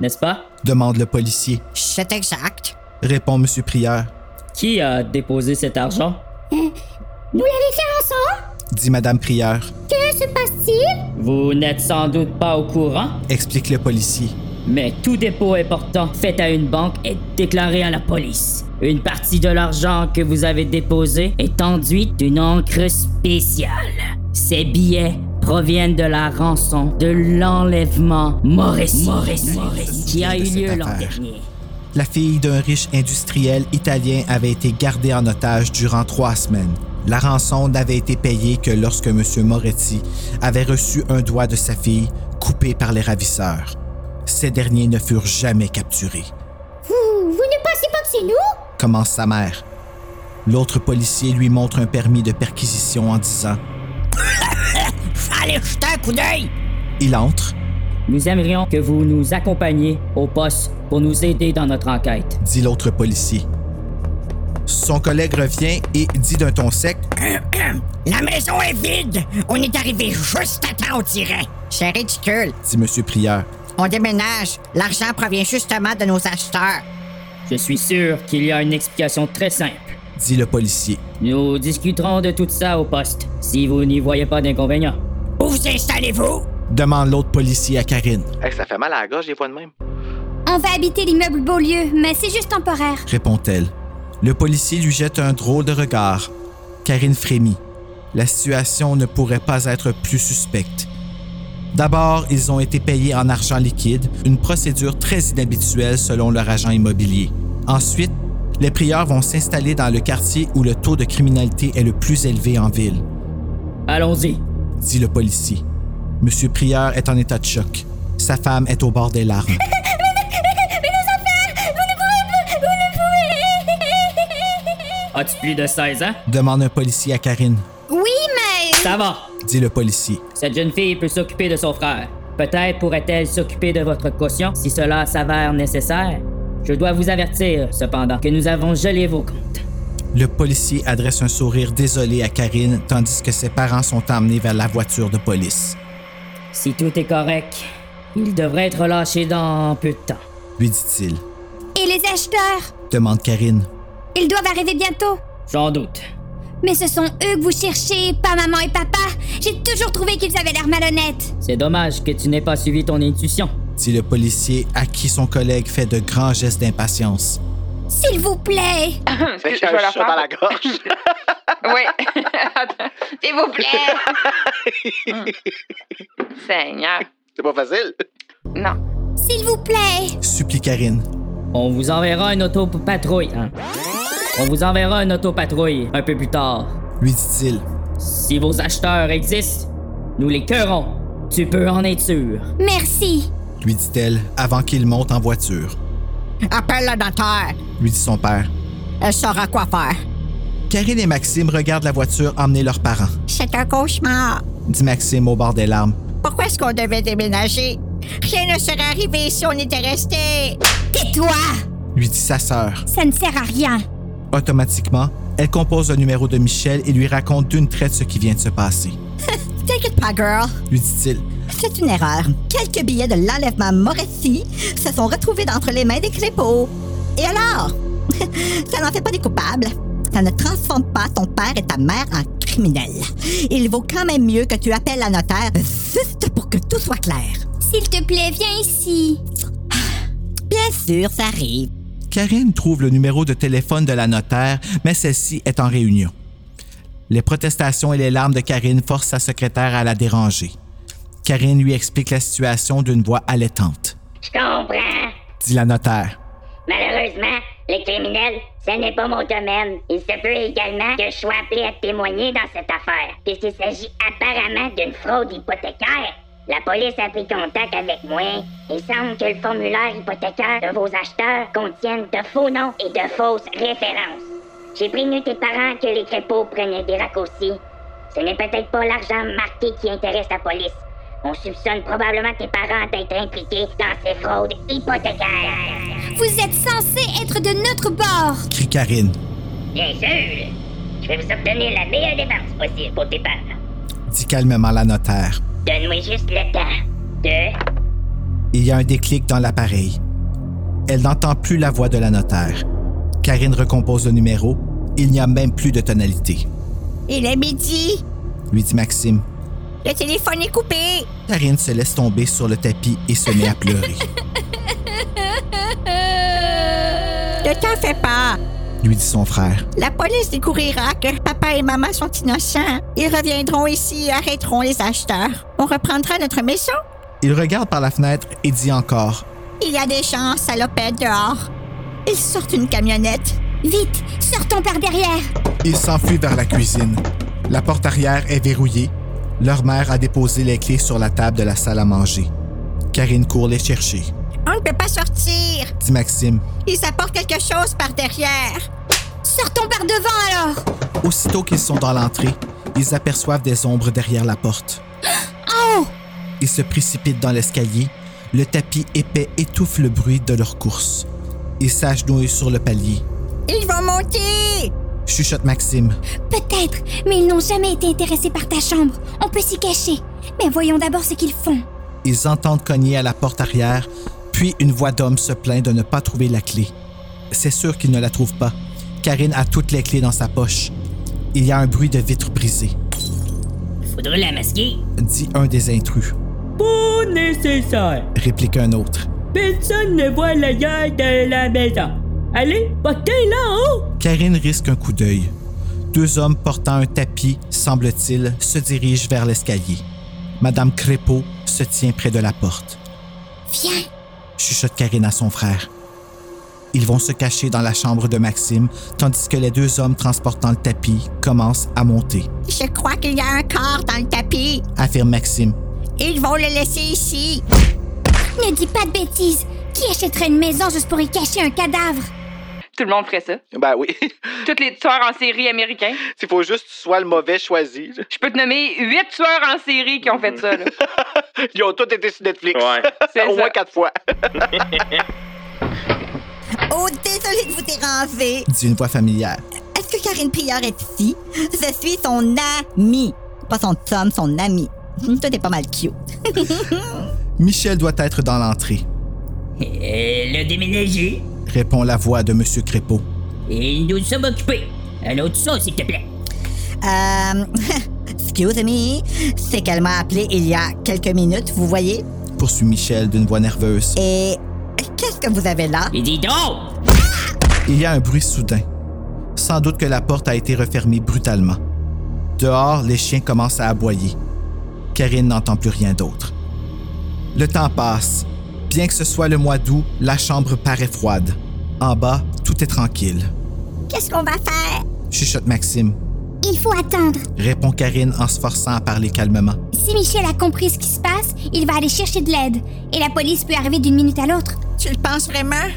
Speaker 15: n'est-ce pas?
Speaker 2: Demande le policier.
Speaker 10: C'est exact.
Speaker 2: Répond Monsieur Prieur.
Speaker 15: Qui a déposé cet argent?
Speaker 6: Nous l'avez fait ensemble?
Speaker 2: Dit Madame Prieur.
Speaker 6: Que se passe-t-il?
Speaker 15: Vous n'êtes sans doute pas au courant,
Speaker 2: Explique le policier.
Speaker 15: mais tout dépôt important fait à une banque est déclaré à la police. Une partie de l'argent que vous avez déposé est enduite d'une encre spéciale. Ces billets proviennent de la rançon de l'enlèvement Maurice,
Speaker 2: Maurice-
Speaker 15: qui a eu
Speaker 2: de cette
Speaker 15: lieu l'an
Speaker 2: affaire.
Speaker 15: dernier.
Speaker 2: La fille d'un riche industriel italien avait été gardée en otage durant trois semaines. La rançon n'avait été payée que lorsque M. Moretti avait reçu un doigt de sa fille coupé par les ravisseurs. Ces derniers ne furent jamais capturés,
Speaker 6: Vous, vous ne pensez pas que c'est nous?
Speaker 2: commence sa mère. L'autre policier lui montre un permis de perquisition en disant
Speaker 10: Allez, jetez un coup d'œil!
Speaker 2: Il entre,
Speaker 15: Nous aimerions que vous nous accompagniez au poste pour nous aider dans notre enquête.
Speaker 2: dit l'autre policier. Son collègue revient et dit d'un ton sec
Speaker 10: La maison est vide! On est arrivé juste à temps, on dirait! C'est ridicule.
Speaker 2: dit M. Prieur.
Speaker 10: On déménage. L'argent provient justement de nos acheteurs.
Speaker 15: Je suis sûr qu'il y a une explication très simple.
Speaker 2: Dit le policier.
Speaker 15: Nous discuterons de tout ça au poste, si vous n'y voyez pas d'inconvénient.
Speaker 10: Où vous installez-vous?
Speaker 2: Demande l'autre policier à Karine,
Speaker 4: Hey, ça fait mal à la gorge, les voix de même.
Speaker 3: On va habiter l'immeuble Beaulieu, mais c'est juste temporaire.
Speaker 2: répond-elle. Le policier lui jette un drôle de regard. Karine frémit. La situation ne pourrait pas être plus suspecte. D'abord, ils ont été payés en argent liquide, une procédure très inhabituelle selon leur agent immobilier. Ensuite, les prieurs vont s'installer dans le quartier où le taux de criminalité est le plus élevé en ville.
Speaker 15: Allons-y.
Speaker 2: dit le policier. Monsieur Prieur est en état de choc. Sa femme est au bord des larmes.
Speaker 6: Mais nos enfants! Vous ne pouvez Vous ne pouvez!
Speaker 15: As-tu plus de 16 ans?
Speaker 2: Demande un policier à Karine,
Speaker 3: Oui, mais.
Speaker 15: Ça va.
Speaker 2: dit le policier.
Speaker 15: Cette jeune fille peut s'occuper de son frère. Peut-être pourrait-elle s'occuper de votre caution si cela s'avère nécessaire. Je dois vous avertir, cependant, que nous avons gelé vos comptes.
Speaker 2: Le policier adresse un sourire désolé à Karine tandis que ses parents sont emmenés vers la voiture de police,
Speaker 15: Si tout est correct, il devrait être lâché dans peu de temps.
Speaker 2: lui dit-il.
Speaker 3: Et les acheteurs?
Speaker 2: Demande Karine.
Speaker 3: Ils doivent arriver bientôt.
Speaker 15: J'en doute.
Speaker 3: Mais ce sont eux que vous cherchez, pas maman et papa. J'ai toujours trouvé qu'ils avaient l'air malhonnêtes.
Speaker 15: C'est dommage que tu n'aies pas suivi ton intuition.
Speaker 2: Dit le policier à qui son collègue fait de grands gestes d'impatience.
Speaker 3: S'il vous plaît.
Speaker 4: Fait
Speaker 5: Excuse,
Speaker 4: qu'il y a
Speaker 5: je
Speaker 4: Ben,
Speaker 5: vais
Speaker 4: un
Speaker 5: la
Speaker 4: chat dans la
Speaker 5: faire.
Speaker 4: gorge.
Speaker 5: Oui. Attends. S'il vous plaît. Hmm. Seigneur.
Speaker 4: C'est pas facile.
Speaker 5: Non.
Speaker 3: S'il vous plaît.
Speaker 2: Supplie Karine.
Speaker 15: On vous enverra une autopatrouille. hein. On vous enverra une autopatrouille un peu plus tard.
Speaker 2: Lui dit-il.
Speaker 15: Si vos acheteurs existent, nous les cueillerons. Tu peux en être sûr.
Speaker 3: Merci.
Speaker 2: Lui dit-elle avant qu'il monte en voiture.
Speaker 10: Appelle le dentaire.
Speaker 2: Lui dit son père.
Speaker 10: Elle saura quoi faire.
Speaker 2: Karine et Maxime regardent la voiture emmener leurs parents.
Speaker 10: C'est un cauchemar.
Speaker 2: Dit Maxime au bord des larmes.
Speaker 10: Pourquoi est-ce qu'on devait déménager? Rien ne serait arrivé si on était resté.
Speaker 3: Tais-toi.
Speaker 2: Lui dit sa sœur.
Speaker 3: Ça ne sert à rien.
Speaker 2: Automatiquement, elle compose le numéro de Michel et lui raconte d'une traite ce qui vient de se passer.
Speaker 13: Take it pas, girl.
Speaker 2: lui dit-il.
Speaker 13: C'est une erreur. Quelques billets de l'enlèvement Moretti se sont retrouvés entre les mains des crépaux. Et alors? Ça n'en fait pas des coupables. Ça ne transforme pas ton père et ta mère en criminels. Il vaut quand même mieux que tu appelles un notaire juste pour que tout soit clair.
Speaker 3: S'il te plaît, viens ici.
Speaker 13: Bien sûr, ça arrive.
Speaker 2: Karine trouve le numéro de téléphone de la notaire, mais celle-ci est en réunion. Les protestations et les larmes de Karine forcent sa secrétaire à la déranger. Karine lui explique la situation d'une voix allaitante,
Speaker 6: Je comprends.
Speaker 2: dit la notaire.
Speaker 6: Malheureusement, les criminels, ce n'est pas mon domaine. Il se peut également que je sois appelé à témoigner dans cette affaire. Puisqu'il s'agit apparemment d'une fraude hypothécaire, la police a pris contact avec moi. Il semble que le formulaire hypothécaire de vos acheteurs contienne de faux noms et de fausses références. J'ai prévenu tes parents que les crépaux prenaient des raccourcis. Ce n'est peut-être pas l'argent marqué qui intéresse la police. On soupçonne probablement tes parents d'être impliqués dans ces fraudes hypothécaires.
Speaker 3: Vous êtes censé être de notre bord.
Speaker 2: Crie Karine.
Speaker 6: Bien sûr! Je vais vous obtenir la meilleure dépense possible pour tes parents.
Speaker 2: dit calmement la notaire.
Speaker 6: Donne-moi juste le temps de...
Speaker 2: Il y a un déclic dans l'appareil. Elle n'entend plus la voix de la notaire. Karine recompose le numéro. Il n'y a même plus de tonalité,
Speaker 10: Il est midi.
Speaker 2: lui dit Maxime.
Speaker 10: Le téléphone est coupé.
Speaker 2: Karine se laisse tomber sur le tapis et se met à pleurer,
Speaker 10: Ne t'en fais pas.
Speaker 2: lui dit son frère.
Speaker 10: La police découvrira que papa et maman sont innocents. Ils reviendront ici et arrêteront les acheteurs. On reprendra notre maison.
Speaker 2: Il regarde par la fenêtre et dit encore
Speaker 10: Il y a des gens salopettes dehors. Ils sortent une camionnette.
Speaker 3: Vite, sortons par derrière.
Speaker 2: Il s'enfuit vers la cuisine. La porte arrière est verrouillée. Leur mère a déposé les clés sur la table de la salle à manger. Karine court les chercher,
Speaker 10: On ne peut pas sortir.
Speaker 2: dit Maxime.
Speaker 10: Ils apportent quelque chose par derrière.
Speaker 3: Sortons par devant alors.
Speaker 2: Aussitôt qu'ils sont dans l'entrée, ils aperçoivent des ombres derrière la porte.
Speaker 3: Oh!
Speaker 2: Ils se précipitent dans l'escalier. Le tapis épais étouffe le bruit de leur course. Ils s'agenouillent sur le palier,
Speaker 10: Ils vont monter.
Speaker 2: chuchote Maxime.
Speaker 3: Peut-être, mais ils n'ont jamais été intéressés par ta chambre. On peut s'y cacher. Mais voyons d'abord ce qu'ils font.
Speaker 2: Ils entendent cogner à la porte arrière, puis une voix d'homme se plaint de ne pas trouver la clé. C'est sûr qu'ils ne la trouvent pas. Karine a toutes les clés dans sa poche. Il y a un bruit de vitre brisée,
Speaker 15: Faudrait la masquer.
Speaker 2: dit un des intrus,
Speaker 14: Pas nécessaire.
Speaker 2: réplique un autre.
Speaker 14: Personne ne voit la gueule de la maison. Allez, partez là en haut!
Speaker 15: hein.
Speaker 2: Karine risque un coup d'œil. Deux hommes portant un tapis, semble-t-il, se dirigent vers l'escalier. Madame Crépeau se tient près de la porte,
Speaker 3: Viens.
Speaker 2: chuchote Karine à son frère. Ils vont se cacher dans la chambre de Maxime, tandis que les deux hommes transportant le tapis commencent à monter,
Speaker 10: Je crois qu'il y a un corps dans le tapis.
Speaker 2: affirme Maxime.
Speaker 10: Ils vont le laisser ici.
Speaker 3: Ne dis pas de bêtises. Qui achèterait une maison juste pour y cacher un cadavre?
Speaker 5: Tout le monde ferait ça.
Speaker 4: Ben oui.
Speaker 5: Tous les tueurs en série américains.
Speaker 4: S'il faut juste que tu sois le mauvais choisi. là.
Speaker 5: Je peux te nommer huit tueurs en série qui ont fait ça. là.
Speaker 4: Ils ont tous été sur Netflix.
Speaker 5: C'est
Speaker 4: Au moins
Speaker 5: ça.
Speaker 4: quatre fois.
Speaker 13: Oh, désolé de vous déranger.
Speaker 2: dit une voix familière.
Speaker 13: Est-ce que Karine Prieur est ici? Je suis son amie. Pas son chum, son ami. Hum, Toi, t'es pas mal cute.
Speaker 2: Michel doit être dans l'entrée,
Speaker 15: Euh, le déménager.
Speaker 2: répond la voix de Monsieur Crépeau.
Speaker 15: Et nous sommes occupés. Un autre son, s'il te plaît.
Speaker 13: Euh, excuse me. C'est qu'elle m'a appelé il y a quelques minutes, vous voyez?
Speaker 2: Poursuit Michel d'une voix nerveuse.
Speaker 13: Et qu'est-ce que vous avez là?
Speaker 15: Et dis donc!
Speaker 2: Il y a un bruit soudain. Sans doute que la porte a été refermée brutalement. Dehors, les chiens commencent à aboyer. Karine n'entend plus rien d'autre. Le temps passe. Bien que ce soit le mois d'août, la chambre paraît froide. En bas, tout est tranquille.
Speaker 3: Qu'est-ce qu'on va faire?
Speaker 2: Chuchote Maxime.
Speaker 3: Il faut attendre.
Speaker 2: Répond Karine en se forçant à parler calmement.
Speaker 3: Si Michel a compris ce qui se passe, il va aller chercher de l'aide. Et la police peut arriver d'une minute à l'autre.
Speaker 10: Tu le penses vraiment?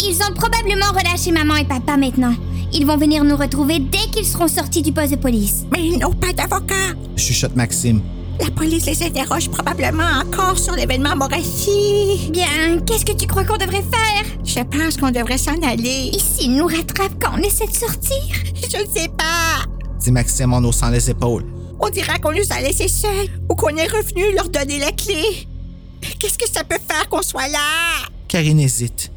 Speaker 3: Ils ont probablement relâché maman et papa maintenant. Ils vont venir nous retrouver dès qu'ils seront sortis du poste de police.
Speaker 10: Mais ils n'ont pas d'avocat.
Speaker 2: Chuchote Maxime.
Speaker 10: La police les interroge probablement encore sur l'événement Morassi.
Speaker 3: Bien, qu'est-ce que tu crois qu'on devrait faire?
Speaker 10: Je pense qu'on devrait s'en aller.
Speaker 3: Et s'ils nous rattrapent quand on essaie de sortir?
Speaker 10: Je ne sais pas.
Speaker 2: Dit Maxime en haussant les épaules.
Speaker 10: On dira qu'on nous a laissés seuls ou qu'on est revenu leur donner la clé. Qu'est-ce que ça peut faire qu'on soit là?
Speaker 2: Karine hésite.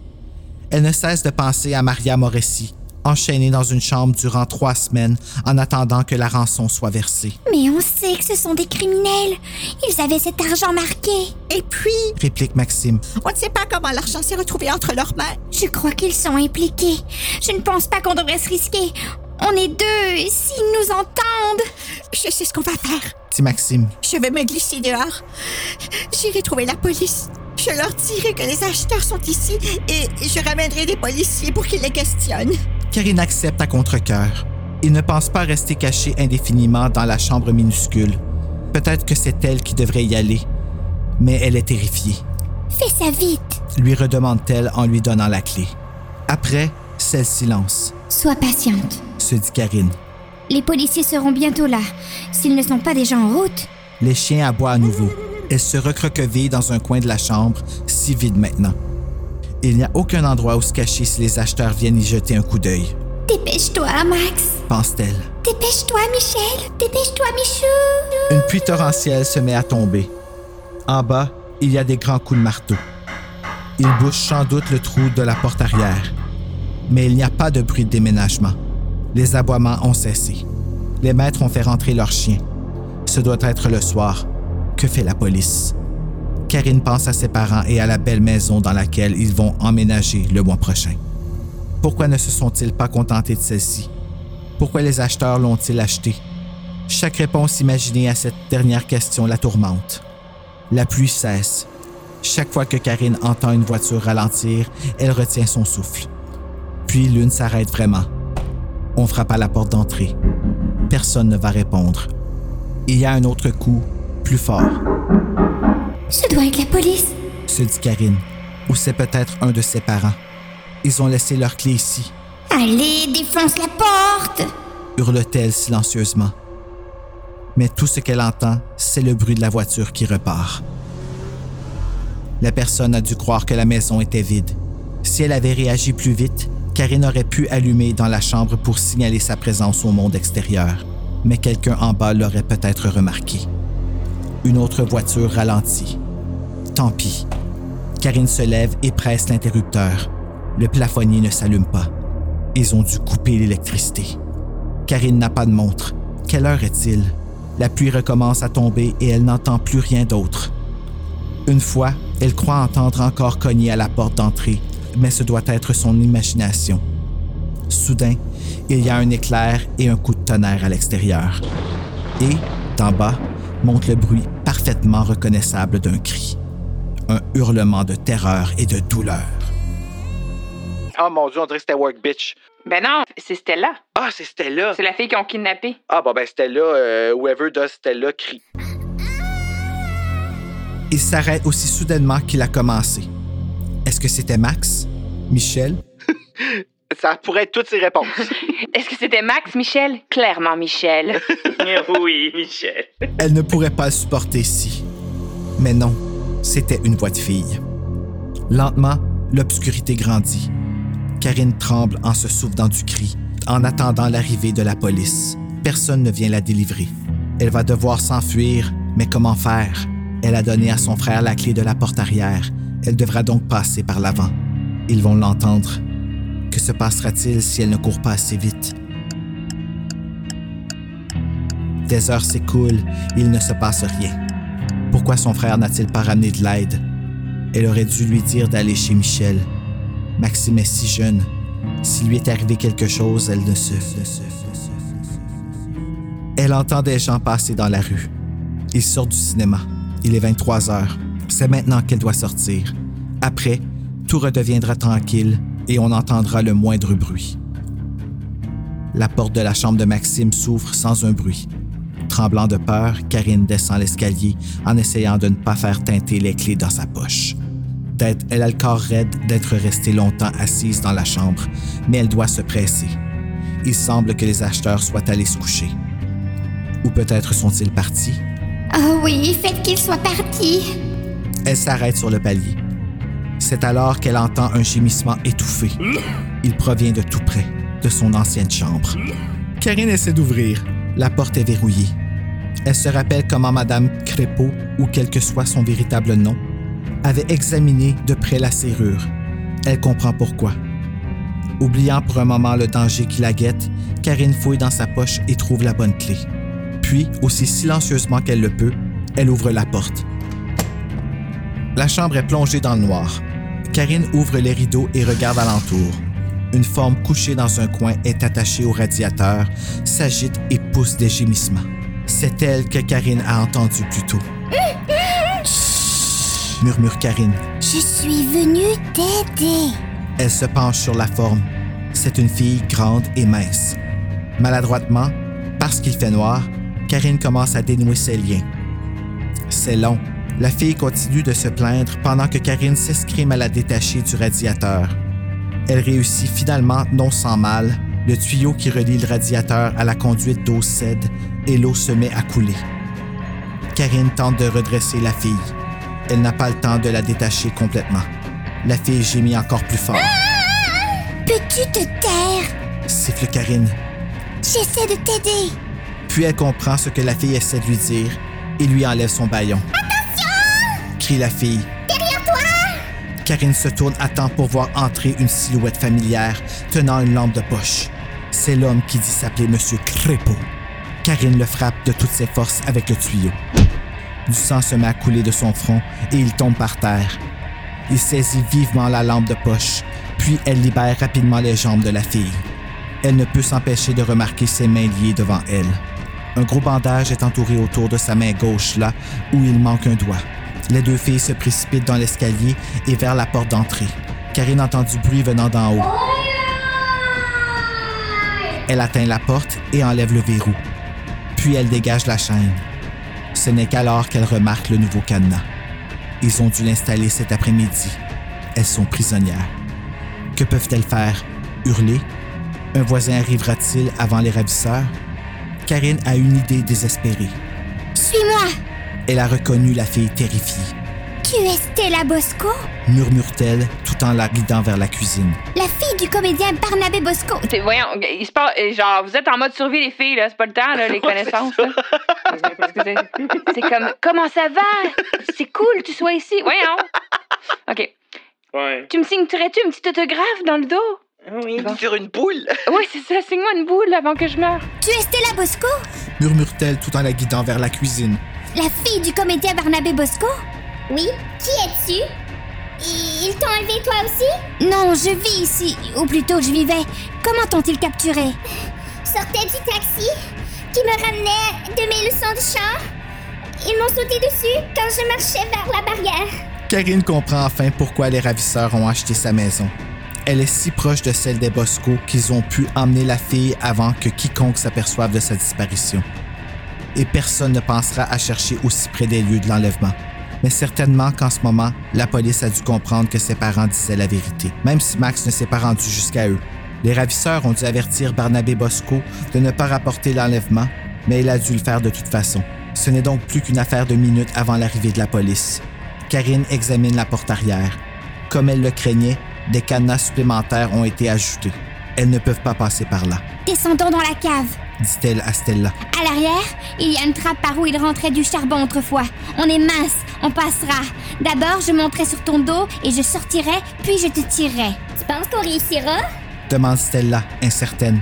Speaker 2: Elle ne cesse de penser à Maria Moressi, enchaînée dans une chambre durant trois semaines en attendant que la rançon soit versée.
Speaker 3: Mais on sait que ce sont des criminels. Ils avaient cet argent marqué.
Speaker 10: Et puis,
Speaker 2: Réplique Maxime.
Speaker 10: on ne sait pas comment l'argent s'est retrouvé entre leurs mains.
Speaker 3: je crois qu'ils sont impliqués. Je ne pense pas qu'on devrait se risquer. On est deux, et s'ils nous entendent...
Speaker 10: Je sais ce qu'on va faire.
Speaker 2: Dit Maxime.
Speaker 10: Je vais me glisser dehors. J'irai trouver la police. Je leur dirai que les acheteurs sont ici et je ramènerai des policiers pour qu'ils les questionnent.
Speaker 2: Karine accepte à contre-cœur. Il ne pense pas rester caché indéfiniment dans la chambre minuscule. Peut-être que c'est elle qui devrait y aller. Mais elle est terrifiée,
Speaker 3: Fais ça vite.
Speaker 2: lui redemande-t-elle en lui donnant la clé. Après, celle-ci lance,
Speaker 3: Sois patiente.
Speaker 2: se dit Karine.
Speaker 3: Les policiers seront bientôt là. S'ils ne sont pas déjà en route...
Speaker 2: Les chiens aboient à nouveau. Elle se recroqueville dans un coin de la chambre, si vide maintenant. Il n'y a aucun endroit où se cacher si les acheteurs viennent y jeter un coup d'œil,
Speaker 3: Dépêche-toi, Max.
Speaker 2: pense-t-elle.
Speaker 3: Dépêche-toi, Michel. Dépêche-toi, Michou.
Speaker 2: Une pluie torrentielle se met à tomber. En bas, il y a des grands coups de marteau. Il bouche sans doute le trou de la porte arrière. Mais il n'y a pas de bruit de déménagement. Les aboiements ont cessé. Les maîtres ont fait rentrer leurs chiens. Ce doit être le soir. Que fait la police? Karine pense à ses parents et à la belle maison dans laquelle ils vont emménager le mois prochain. Pourquoi ne se sont-ils pas contentés de celle-ci? Pourquoi les acheteurs l'ont-ils achetée? Chaque réponse imaginée à cette dernière question la tourmente. La pluie cesse. Chaque fois que Karine entend une voiture ralentir, elle retient son souffle. Puis l'une s'arrête vraiment. On frappe à la porte d'entrée. Personne ne va répondre. Il y a un autre coup, plus fort,
Speaker 3: Je dois être la police.
Speaker 2: se dit Karine. Ou c'est peut-être un de ses parents. Ils ont laissé leur clé ici,
Speaker 3: Allez, défonce la porte.
Speaker 2: hurle-t-elle silencieusement. Mais tout ce qu'elle entend, c'est le bruit de la voiture qui repart. La personne a dû croire que la maison était vide. Si elle avait réagi plus vite, Karine aurait pu allumer dans la chambre pour signaler sa présence au monde extérieur. Mais quelqu'un en bas l'aurait peut-être remarqué. Une autre voiture ralentit. Tant pis. Karine se lève et presse l'interrupteur. Le plafonnier ne s'allume pas. Ils ont dû couper l'électricité. Karine n'a pas de montre. Quelle heure est-il? La pluie recommence à tomber et elle n'entend plus rien d'autre. Une fois, elle croit entendre encore cogner à la porte d'entrée, mais ce doit être son imagination. Soudain, il y a un éclair et un coup de tonnerre à l'extérieur. Et, d'en bas, monte le bruit parfaitement reconnaissable d'un cri. Un hurlement de terreur et de douleur.
Speaker 4: Oh mon dieu, on dirait que c'était Work Bitch.
Speaker 5: Ben non, c'est Stella.
Speaker 4: Ah, c'est Stella.
Speaker 5: C'est la fille qu'ils ont kidnappée.
Speaker 4: Ah, bah ben Stella, euh, whoever does Stella crie.
Speaker 2: Il s'arrête aussi soudainement qu'il a commencé. Est-ce que c'était Max? Michel?
Speaker 4: Ça pourrait être toutes ses réponses.
Speaker 5: Est-ce que c'était Max, Michel? Clairement, Michel.
Speaker 7: oui, Michel.
Speaker 2: Elle ne pourrait pas le supporter si. Mais non, c'était une voix de fille. Lentement, l'obscurité grandit. Karine tremble en se souvenant du cri, en attendant l'arrivée de la police. Personne ne vient la délivrer. Elle va devoir s'enfuir, mais comment faire? Elle a donné à son frère la clé de la porte arrière. Elle devra donc passer par l'avant. Ils vont l'entendre. Que se passera-t-il si elle ne court pas assez vite? Des heures s'écoulent, il ne se passe rien. Pourquoi son frère n'a-t-il pas ramené de l'aide? Elle aurait dû lui dire d'aller chez Michel. Maxime est si jeune. S'il lui est arrivé quelque chose, elle ne se... ne se- ne se- ne se- Elle entend des gens passer dans la rue. Ils sortent du cinéma. Il est 23 heures. C'est maintenant qu'elle doit sortir. Après, tout redeviendra tranquille et on entendra le moindre bruit. La porte de la chambre de Maxime s'ouvre sans un bruit. Tremblant de peur, Karine descend l'escalier en essayant de ne pas faire teinter les clés dans sa poche. D'être, elle a le corps raide d'être restée longtemps assise dans la chambre, mais elle doit se presser. Il semble que les acheteurs soient allés se coucher. Ou peut-être sont-ils partis?
Speaker 3: Oh oui, faites qu'il soit parti.
Speaker 2: Elle s'arrête sur le palier. C'est alors qu'elle entend un gémissement étouffé. Il provient de tout près, de son ancienne chambre. Karine essaie d'ouvrir. La porte est verrouillée. Elle se rappelle comment Madame Crépeau, ou quel que soit son véritable nom, avait examiné de près la serrure. Elle comprend pourquoi. Oubliant pour un moment le danger qui la guette, Karine fouille dans sa poche et trouve la bonne clé. Puis, aussi silencieusement qu'elle le peut, elle ouvre la porte. La chambre est plongée dans le noir. Karine ouvre les rideaux et regarde alentour. Une forme couchée dans un coin est attachée au radiateur, s'agite et pousse des gémissements. C'est elle que Karine a entendue plus tôt, murmure Karine.
Speaker 16: Je suis venue t'aider.
Speaker 2: Elle se penche sur la forme. C'est une fille grande et mince. Maladroitement, parce qu'il fait noir, Karine commence à dénouer ses liens. C'est long. La fille continue de se plaindre pendant que Karine s'escrime à la détacher du radiateur. Elle réussit finalement, non sans mal, le tuyau qui relie le radiateur à la conduite d'eau cède et l'eau se met à couler. Karine tente de redresser la fille. Elle n'a pas le temps de la détacher complètement. La fille gémit encore plus fort,
Speaker 16: Ah! Peux-tu te taire
Speaker 2: siffle Karine.
Speaker 16: J'essaie de t'aider.
Speaker 2: Puis elle comprend ce que la fille essaie de lui dire et lui enlève son baillon. Attention! crie la fille.
Speaker 16: Derrière toi
Speaker 2: Karine se tourne à temps pour voir entrer une silhouette familière tenant une lampe de poche. C'est l'homme qui dit s'appeler Monsieur Crépeau. Karine le frappe de toutes ses forces avec le tuyau. Du sang se met à couler de son front et il tombe par terre. Il saisit vivement la lampe de poche, puis elle libère rapidement les jambes de la fille. Elle ne peut s'empêcher de remarquer ses mains liées devant elle. Un gros bandage est entouré autour de sa main gauche là où il manque un doigt. Les deux filles se précipitent dans l'escalier et vers la porte d'entrée. Karine entend du bruit venant d'en haut. Elle atteint la porte et enlève le verrou. Puis elle dégage la chaîne. Ce n'est qu'alors qu'elle remarque le nouveau cadenas. Ils ont dû l'installer cet après-midi. Elles sont prisonnières. Que peuvent-elles faire Hurler Un voisin arrivera-t-il avant les ravisseurs Karine a une idée désespérée.
Speaker 16: Suis-moi.
Speaker 2: Elle a reconnu la fille terrifiée,
Speaker 16: Tu es Stella Bosco
Speaker 2: murmure-t-elle tout en la guidant vers la cuisine.
Speaker 16: La fille du comédien Barnabé Bosco.
Speaker 5: C'est- Voyons, il se passe, euh, genre, vous êtes en mode survie, les filles, là. C'est pas le temps, là, les connaissances. là. Parce que c'est- C'est comme, comment ça va? C'est cool, tu sois ici. Voyons. OK.
Speaker 7: Ouais.
Speaker 5: Tu me signerais-tu une petite autographe dans le dos?
Speaker 7: Oui.
Speaker 5: Sur une boule? Oui, c'est ça. Signe-moi une boule avant que je meure.
Speaker 16: Tu es Stella Bosco
Speaker 2: Murmure-t-elle tout en la guidant vers la cuisine.
Speaker 16: La fille du comédien Barnabé Bosco Oui, qui es-tu Ils t'ont enlevé toi aussi Non, je vis ici, ou plutôt je vivais. Comment t'ont-ils capturé
Speaker 17: sortais du taxi qui me ramenait de mes leçons de chant. Ils m'ont sauté dessus quand je marchais vers la barrière.
Speaker 2: Karine comprend enfin pourquoi les ravisseurs ont acheté sa maison. Elle est si proche de celle des Bosco qu'ils ont pu emmener la fille avant que quiconque s'aperçoive de sa disparition. Et personne ne pensera à chercher aussi près des lieux de l'enlèvement. Mais certainement qu'en ce moment, la police a dû comprendre que ses parents disaient la vérité, même si Max ne s'est pas rendu jusqu'à eux. Les ravisseurs ont dû avertir Barnabé Bosco de ne pas rapporter l'enlèvement, mais il a dû le faire de toute façon. Ce n'est donc plus qu'une affaire de minutes avant l'arrivée de la police. Karine examine la porte arrière. Comme elle le craignait, des cadenas supplémentaires ont été ajoutés. Elles ne peuvent pas passer par là,
Speaker 16: Descendons dans la cave.
Speaker 2: dit-elle à Stella.
Speaker 16: À l'arrière, il y a une trappe par où il rentrait du charbon autrefois. On est mince, on passera. D'abord, je monterai sur ton dos et je sortirai, puis je te tirerai. Tu penses qu'on réussira
Speaker 2: Demande Stella, incertaine.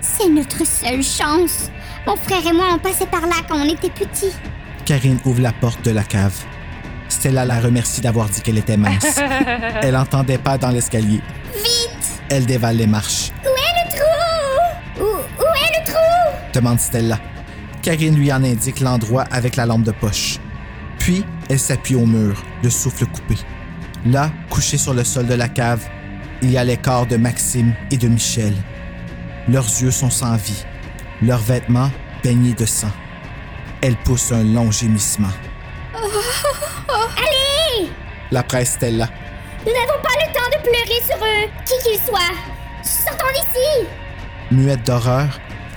Speaker 16: C'est notre seule chance. Mon frère et moi, on passait par là quand on était petits.
Speaker 2: Karine ouvre la porte de la cave. Stella la remercie d'avoir dit qu'elle était mince. Elle n'entendait pas dans l'escalier.
Speaker 16: Vite
Speaker 2: Elle dévale les marches.
Speaker 16: Où est le trou Où, où est le trou
Speaker 2: demande Stella. Karine lui en indique l'endroit avec la lampe de poche. Puis, elle s'appuie au mur, le souffle coupé. Là, couché sur le sol de la cave, il y a les corps de Maxime et de Michel. Leurs yeux sont sans vie, leurs vêtements baignés de sang. Elle pousse un long gémissement.
Speaker 17: Allez
Speaker 2: La presse Stella.
Speaker 17: Nous n'avons pas le temps de pleurer sur eux, qui qu'ils soient. Sortons d'ici
Speaker 2: Muette d'horreur,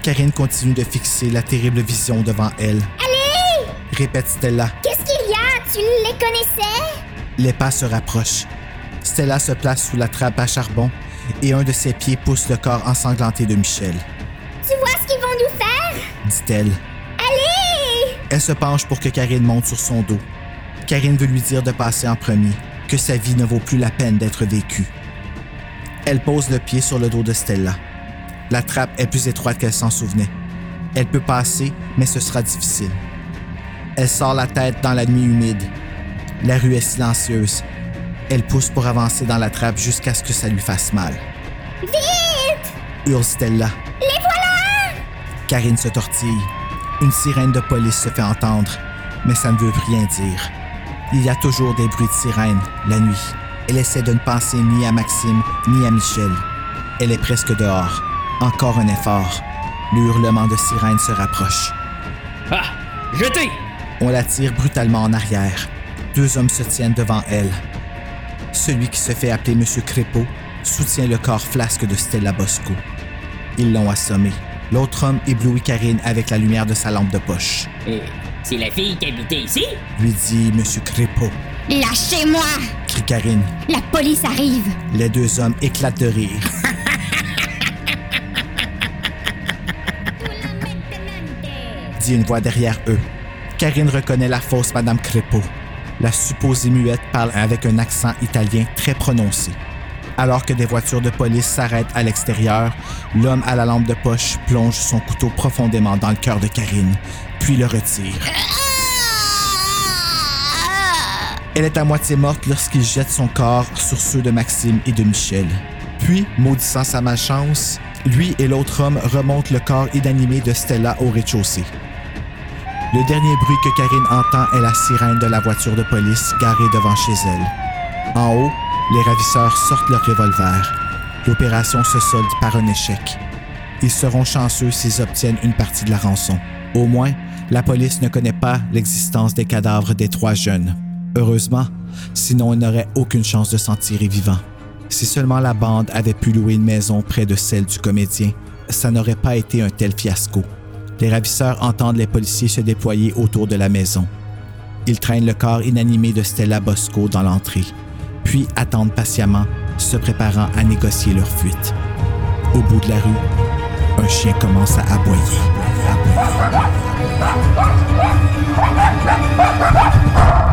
Speaker 2: Karine continue de fixer la terrible vision devant elle.
Speaker 17: Allez
Speaker 2: Répète Stella.
Speaker 17: Qu'est-ce qu'il y a Tu les connaissais
Speaker 2: Les pas se rapprochent. Stella se place sous la trappe à charbon et un de ses pieds pousse le corps ensanglanté de Michel,
Speaker 17: Tu vois ce qu'ils vont nous faire
Speaker 2: dit-elle.
Speaker 17: Allez
Speaker 2: Elle se penche pour que Karine monte sur son dos. Karine veut lui dire de passer en premier, que sa vie ne vaut plus la peine d'être vécue. Elle pose le pied sur le dos de Stella. La trappe est plus étroite qu'elle s'en souvenait. Elle peut passer, mais ce sera difficile. Elle sort la tête dans la nuit humide. La rue est silencieuse. Elle pousse pour avancer dans la trappe jusqu'à ce que ça lui fasse mal.
Speaker 17: Vite!
Speaker 2: Hurle Stella.
Speaker 17: Les voilà!
Speaker 2: Karine se tortille. Une sirène de police se fait entendre, mais ça ne veut rien dire. Il y a toujours des bruits de sirène la nuit. Elle essaie de ne penser ni à Maxime ni à Michel. Elle est presque dehors. Encore un effort. Le hurlement de sirène se rapproche.
Speaker 18: Ah! Jetez!
Speaker 2: On la tire brutalement en arrière. Deux hommes se tiennent devant elle. Celui qui se fait appeler Monsieur Crépeau soutient le corps flasque de Stella Bosco. Ils l'ont assommé. L'autre homme éblouit Karine avec la lumière de sa lampe de poche.
Speaker 15: Eh, c'est la fille qui habitait ici?
Speaker 2: Lui dit Monsieur Crépeau.
Speaker 16: Lâchez-moi!
Speaker 2: Crie Karine.
Speaker 16: La police arrive!
Speaker 2: Les deux hommes éclatent de rire. dit une voix derrière eux. Karine reconnaît la fausse Madame Crépeau. La supposée muette parle avec un accent italien très prononcé. Alors que des voitures de police s'arrêtent à l'extérieur, l'homme à la lampe de poche plonge son couteau profondément dans le cœur de Karine, puis le retire.
Speaker 6: Ah!
Speaker 2: Elle est à moitié morte lorsqu'il jette son corps sur ceux de Maxime et de Michel. Puis, maudissant sa malchance, lui et l'autre homme remontent le corps inanimé de Stella au rez-de-chaussée. Le dernier bruit que Karine entend est la sirène de la voiture de police garée devant chez elle. En haut, les ravisseurs sortent leurs revolvers. L'opération se solde par un échec. Ils seront chanceux s'ils obtiennent une partie de la rançon. Au moins, la police ne connaît pas l'existence des cadavres des trois jeunes. Heureusement, sinon on n'aurait aucune chance de s'en tirer vivant. Si seulement la bande avait pu louer une maison près de celle du comédien, ça n'aurait pas été un tel fiasco. Les ravisseurs entendent les policiers se déployer autour de la maison. Ils traînent le corps inanimé de Stella Bosco dans l'entrée, puis attendent patiemment, se préparant à négocier leur fuite. Au bout de la rue, un chien commence à aboyer. aboyer.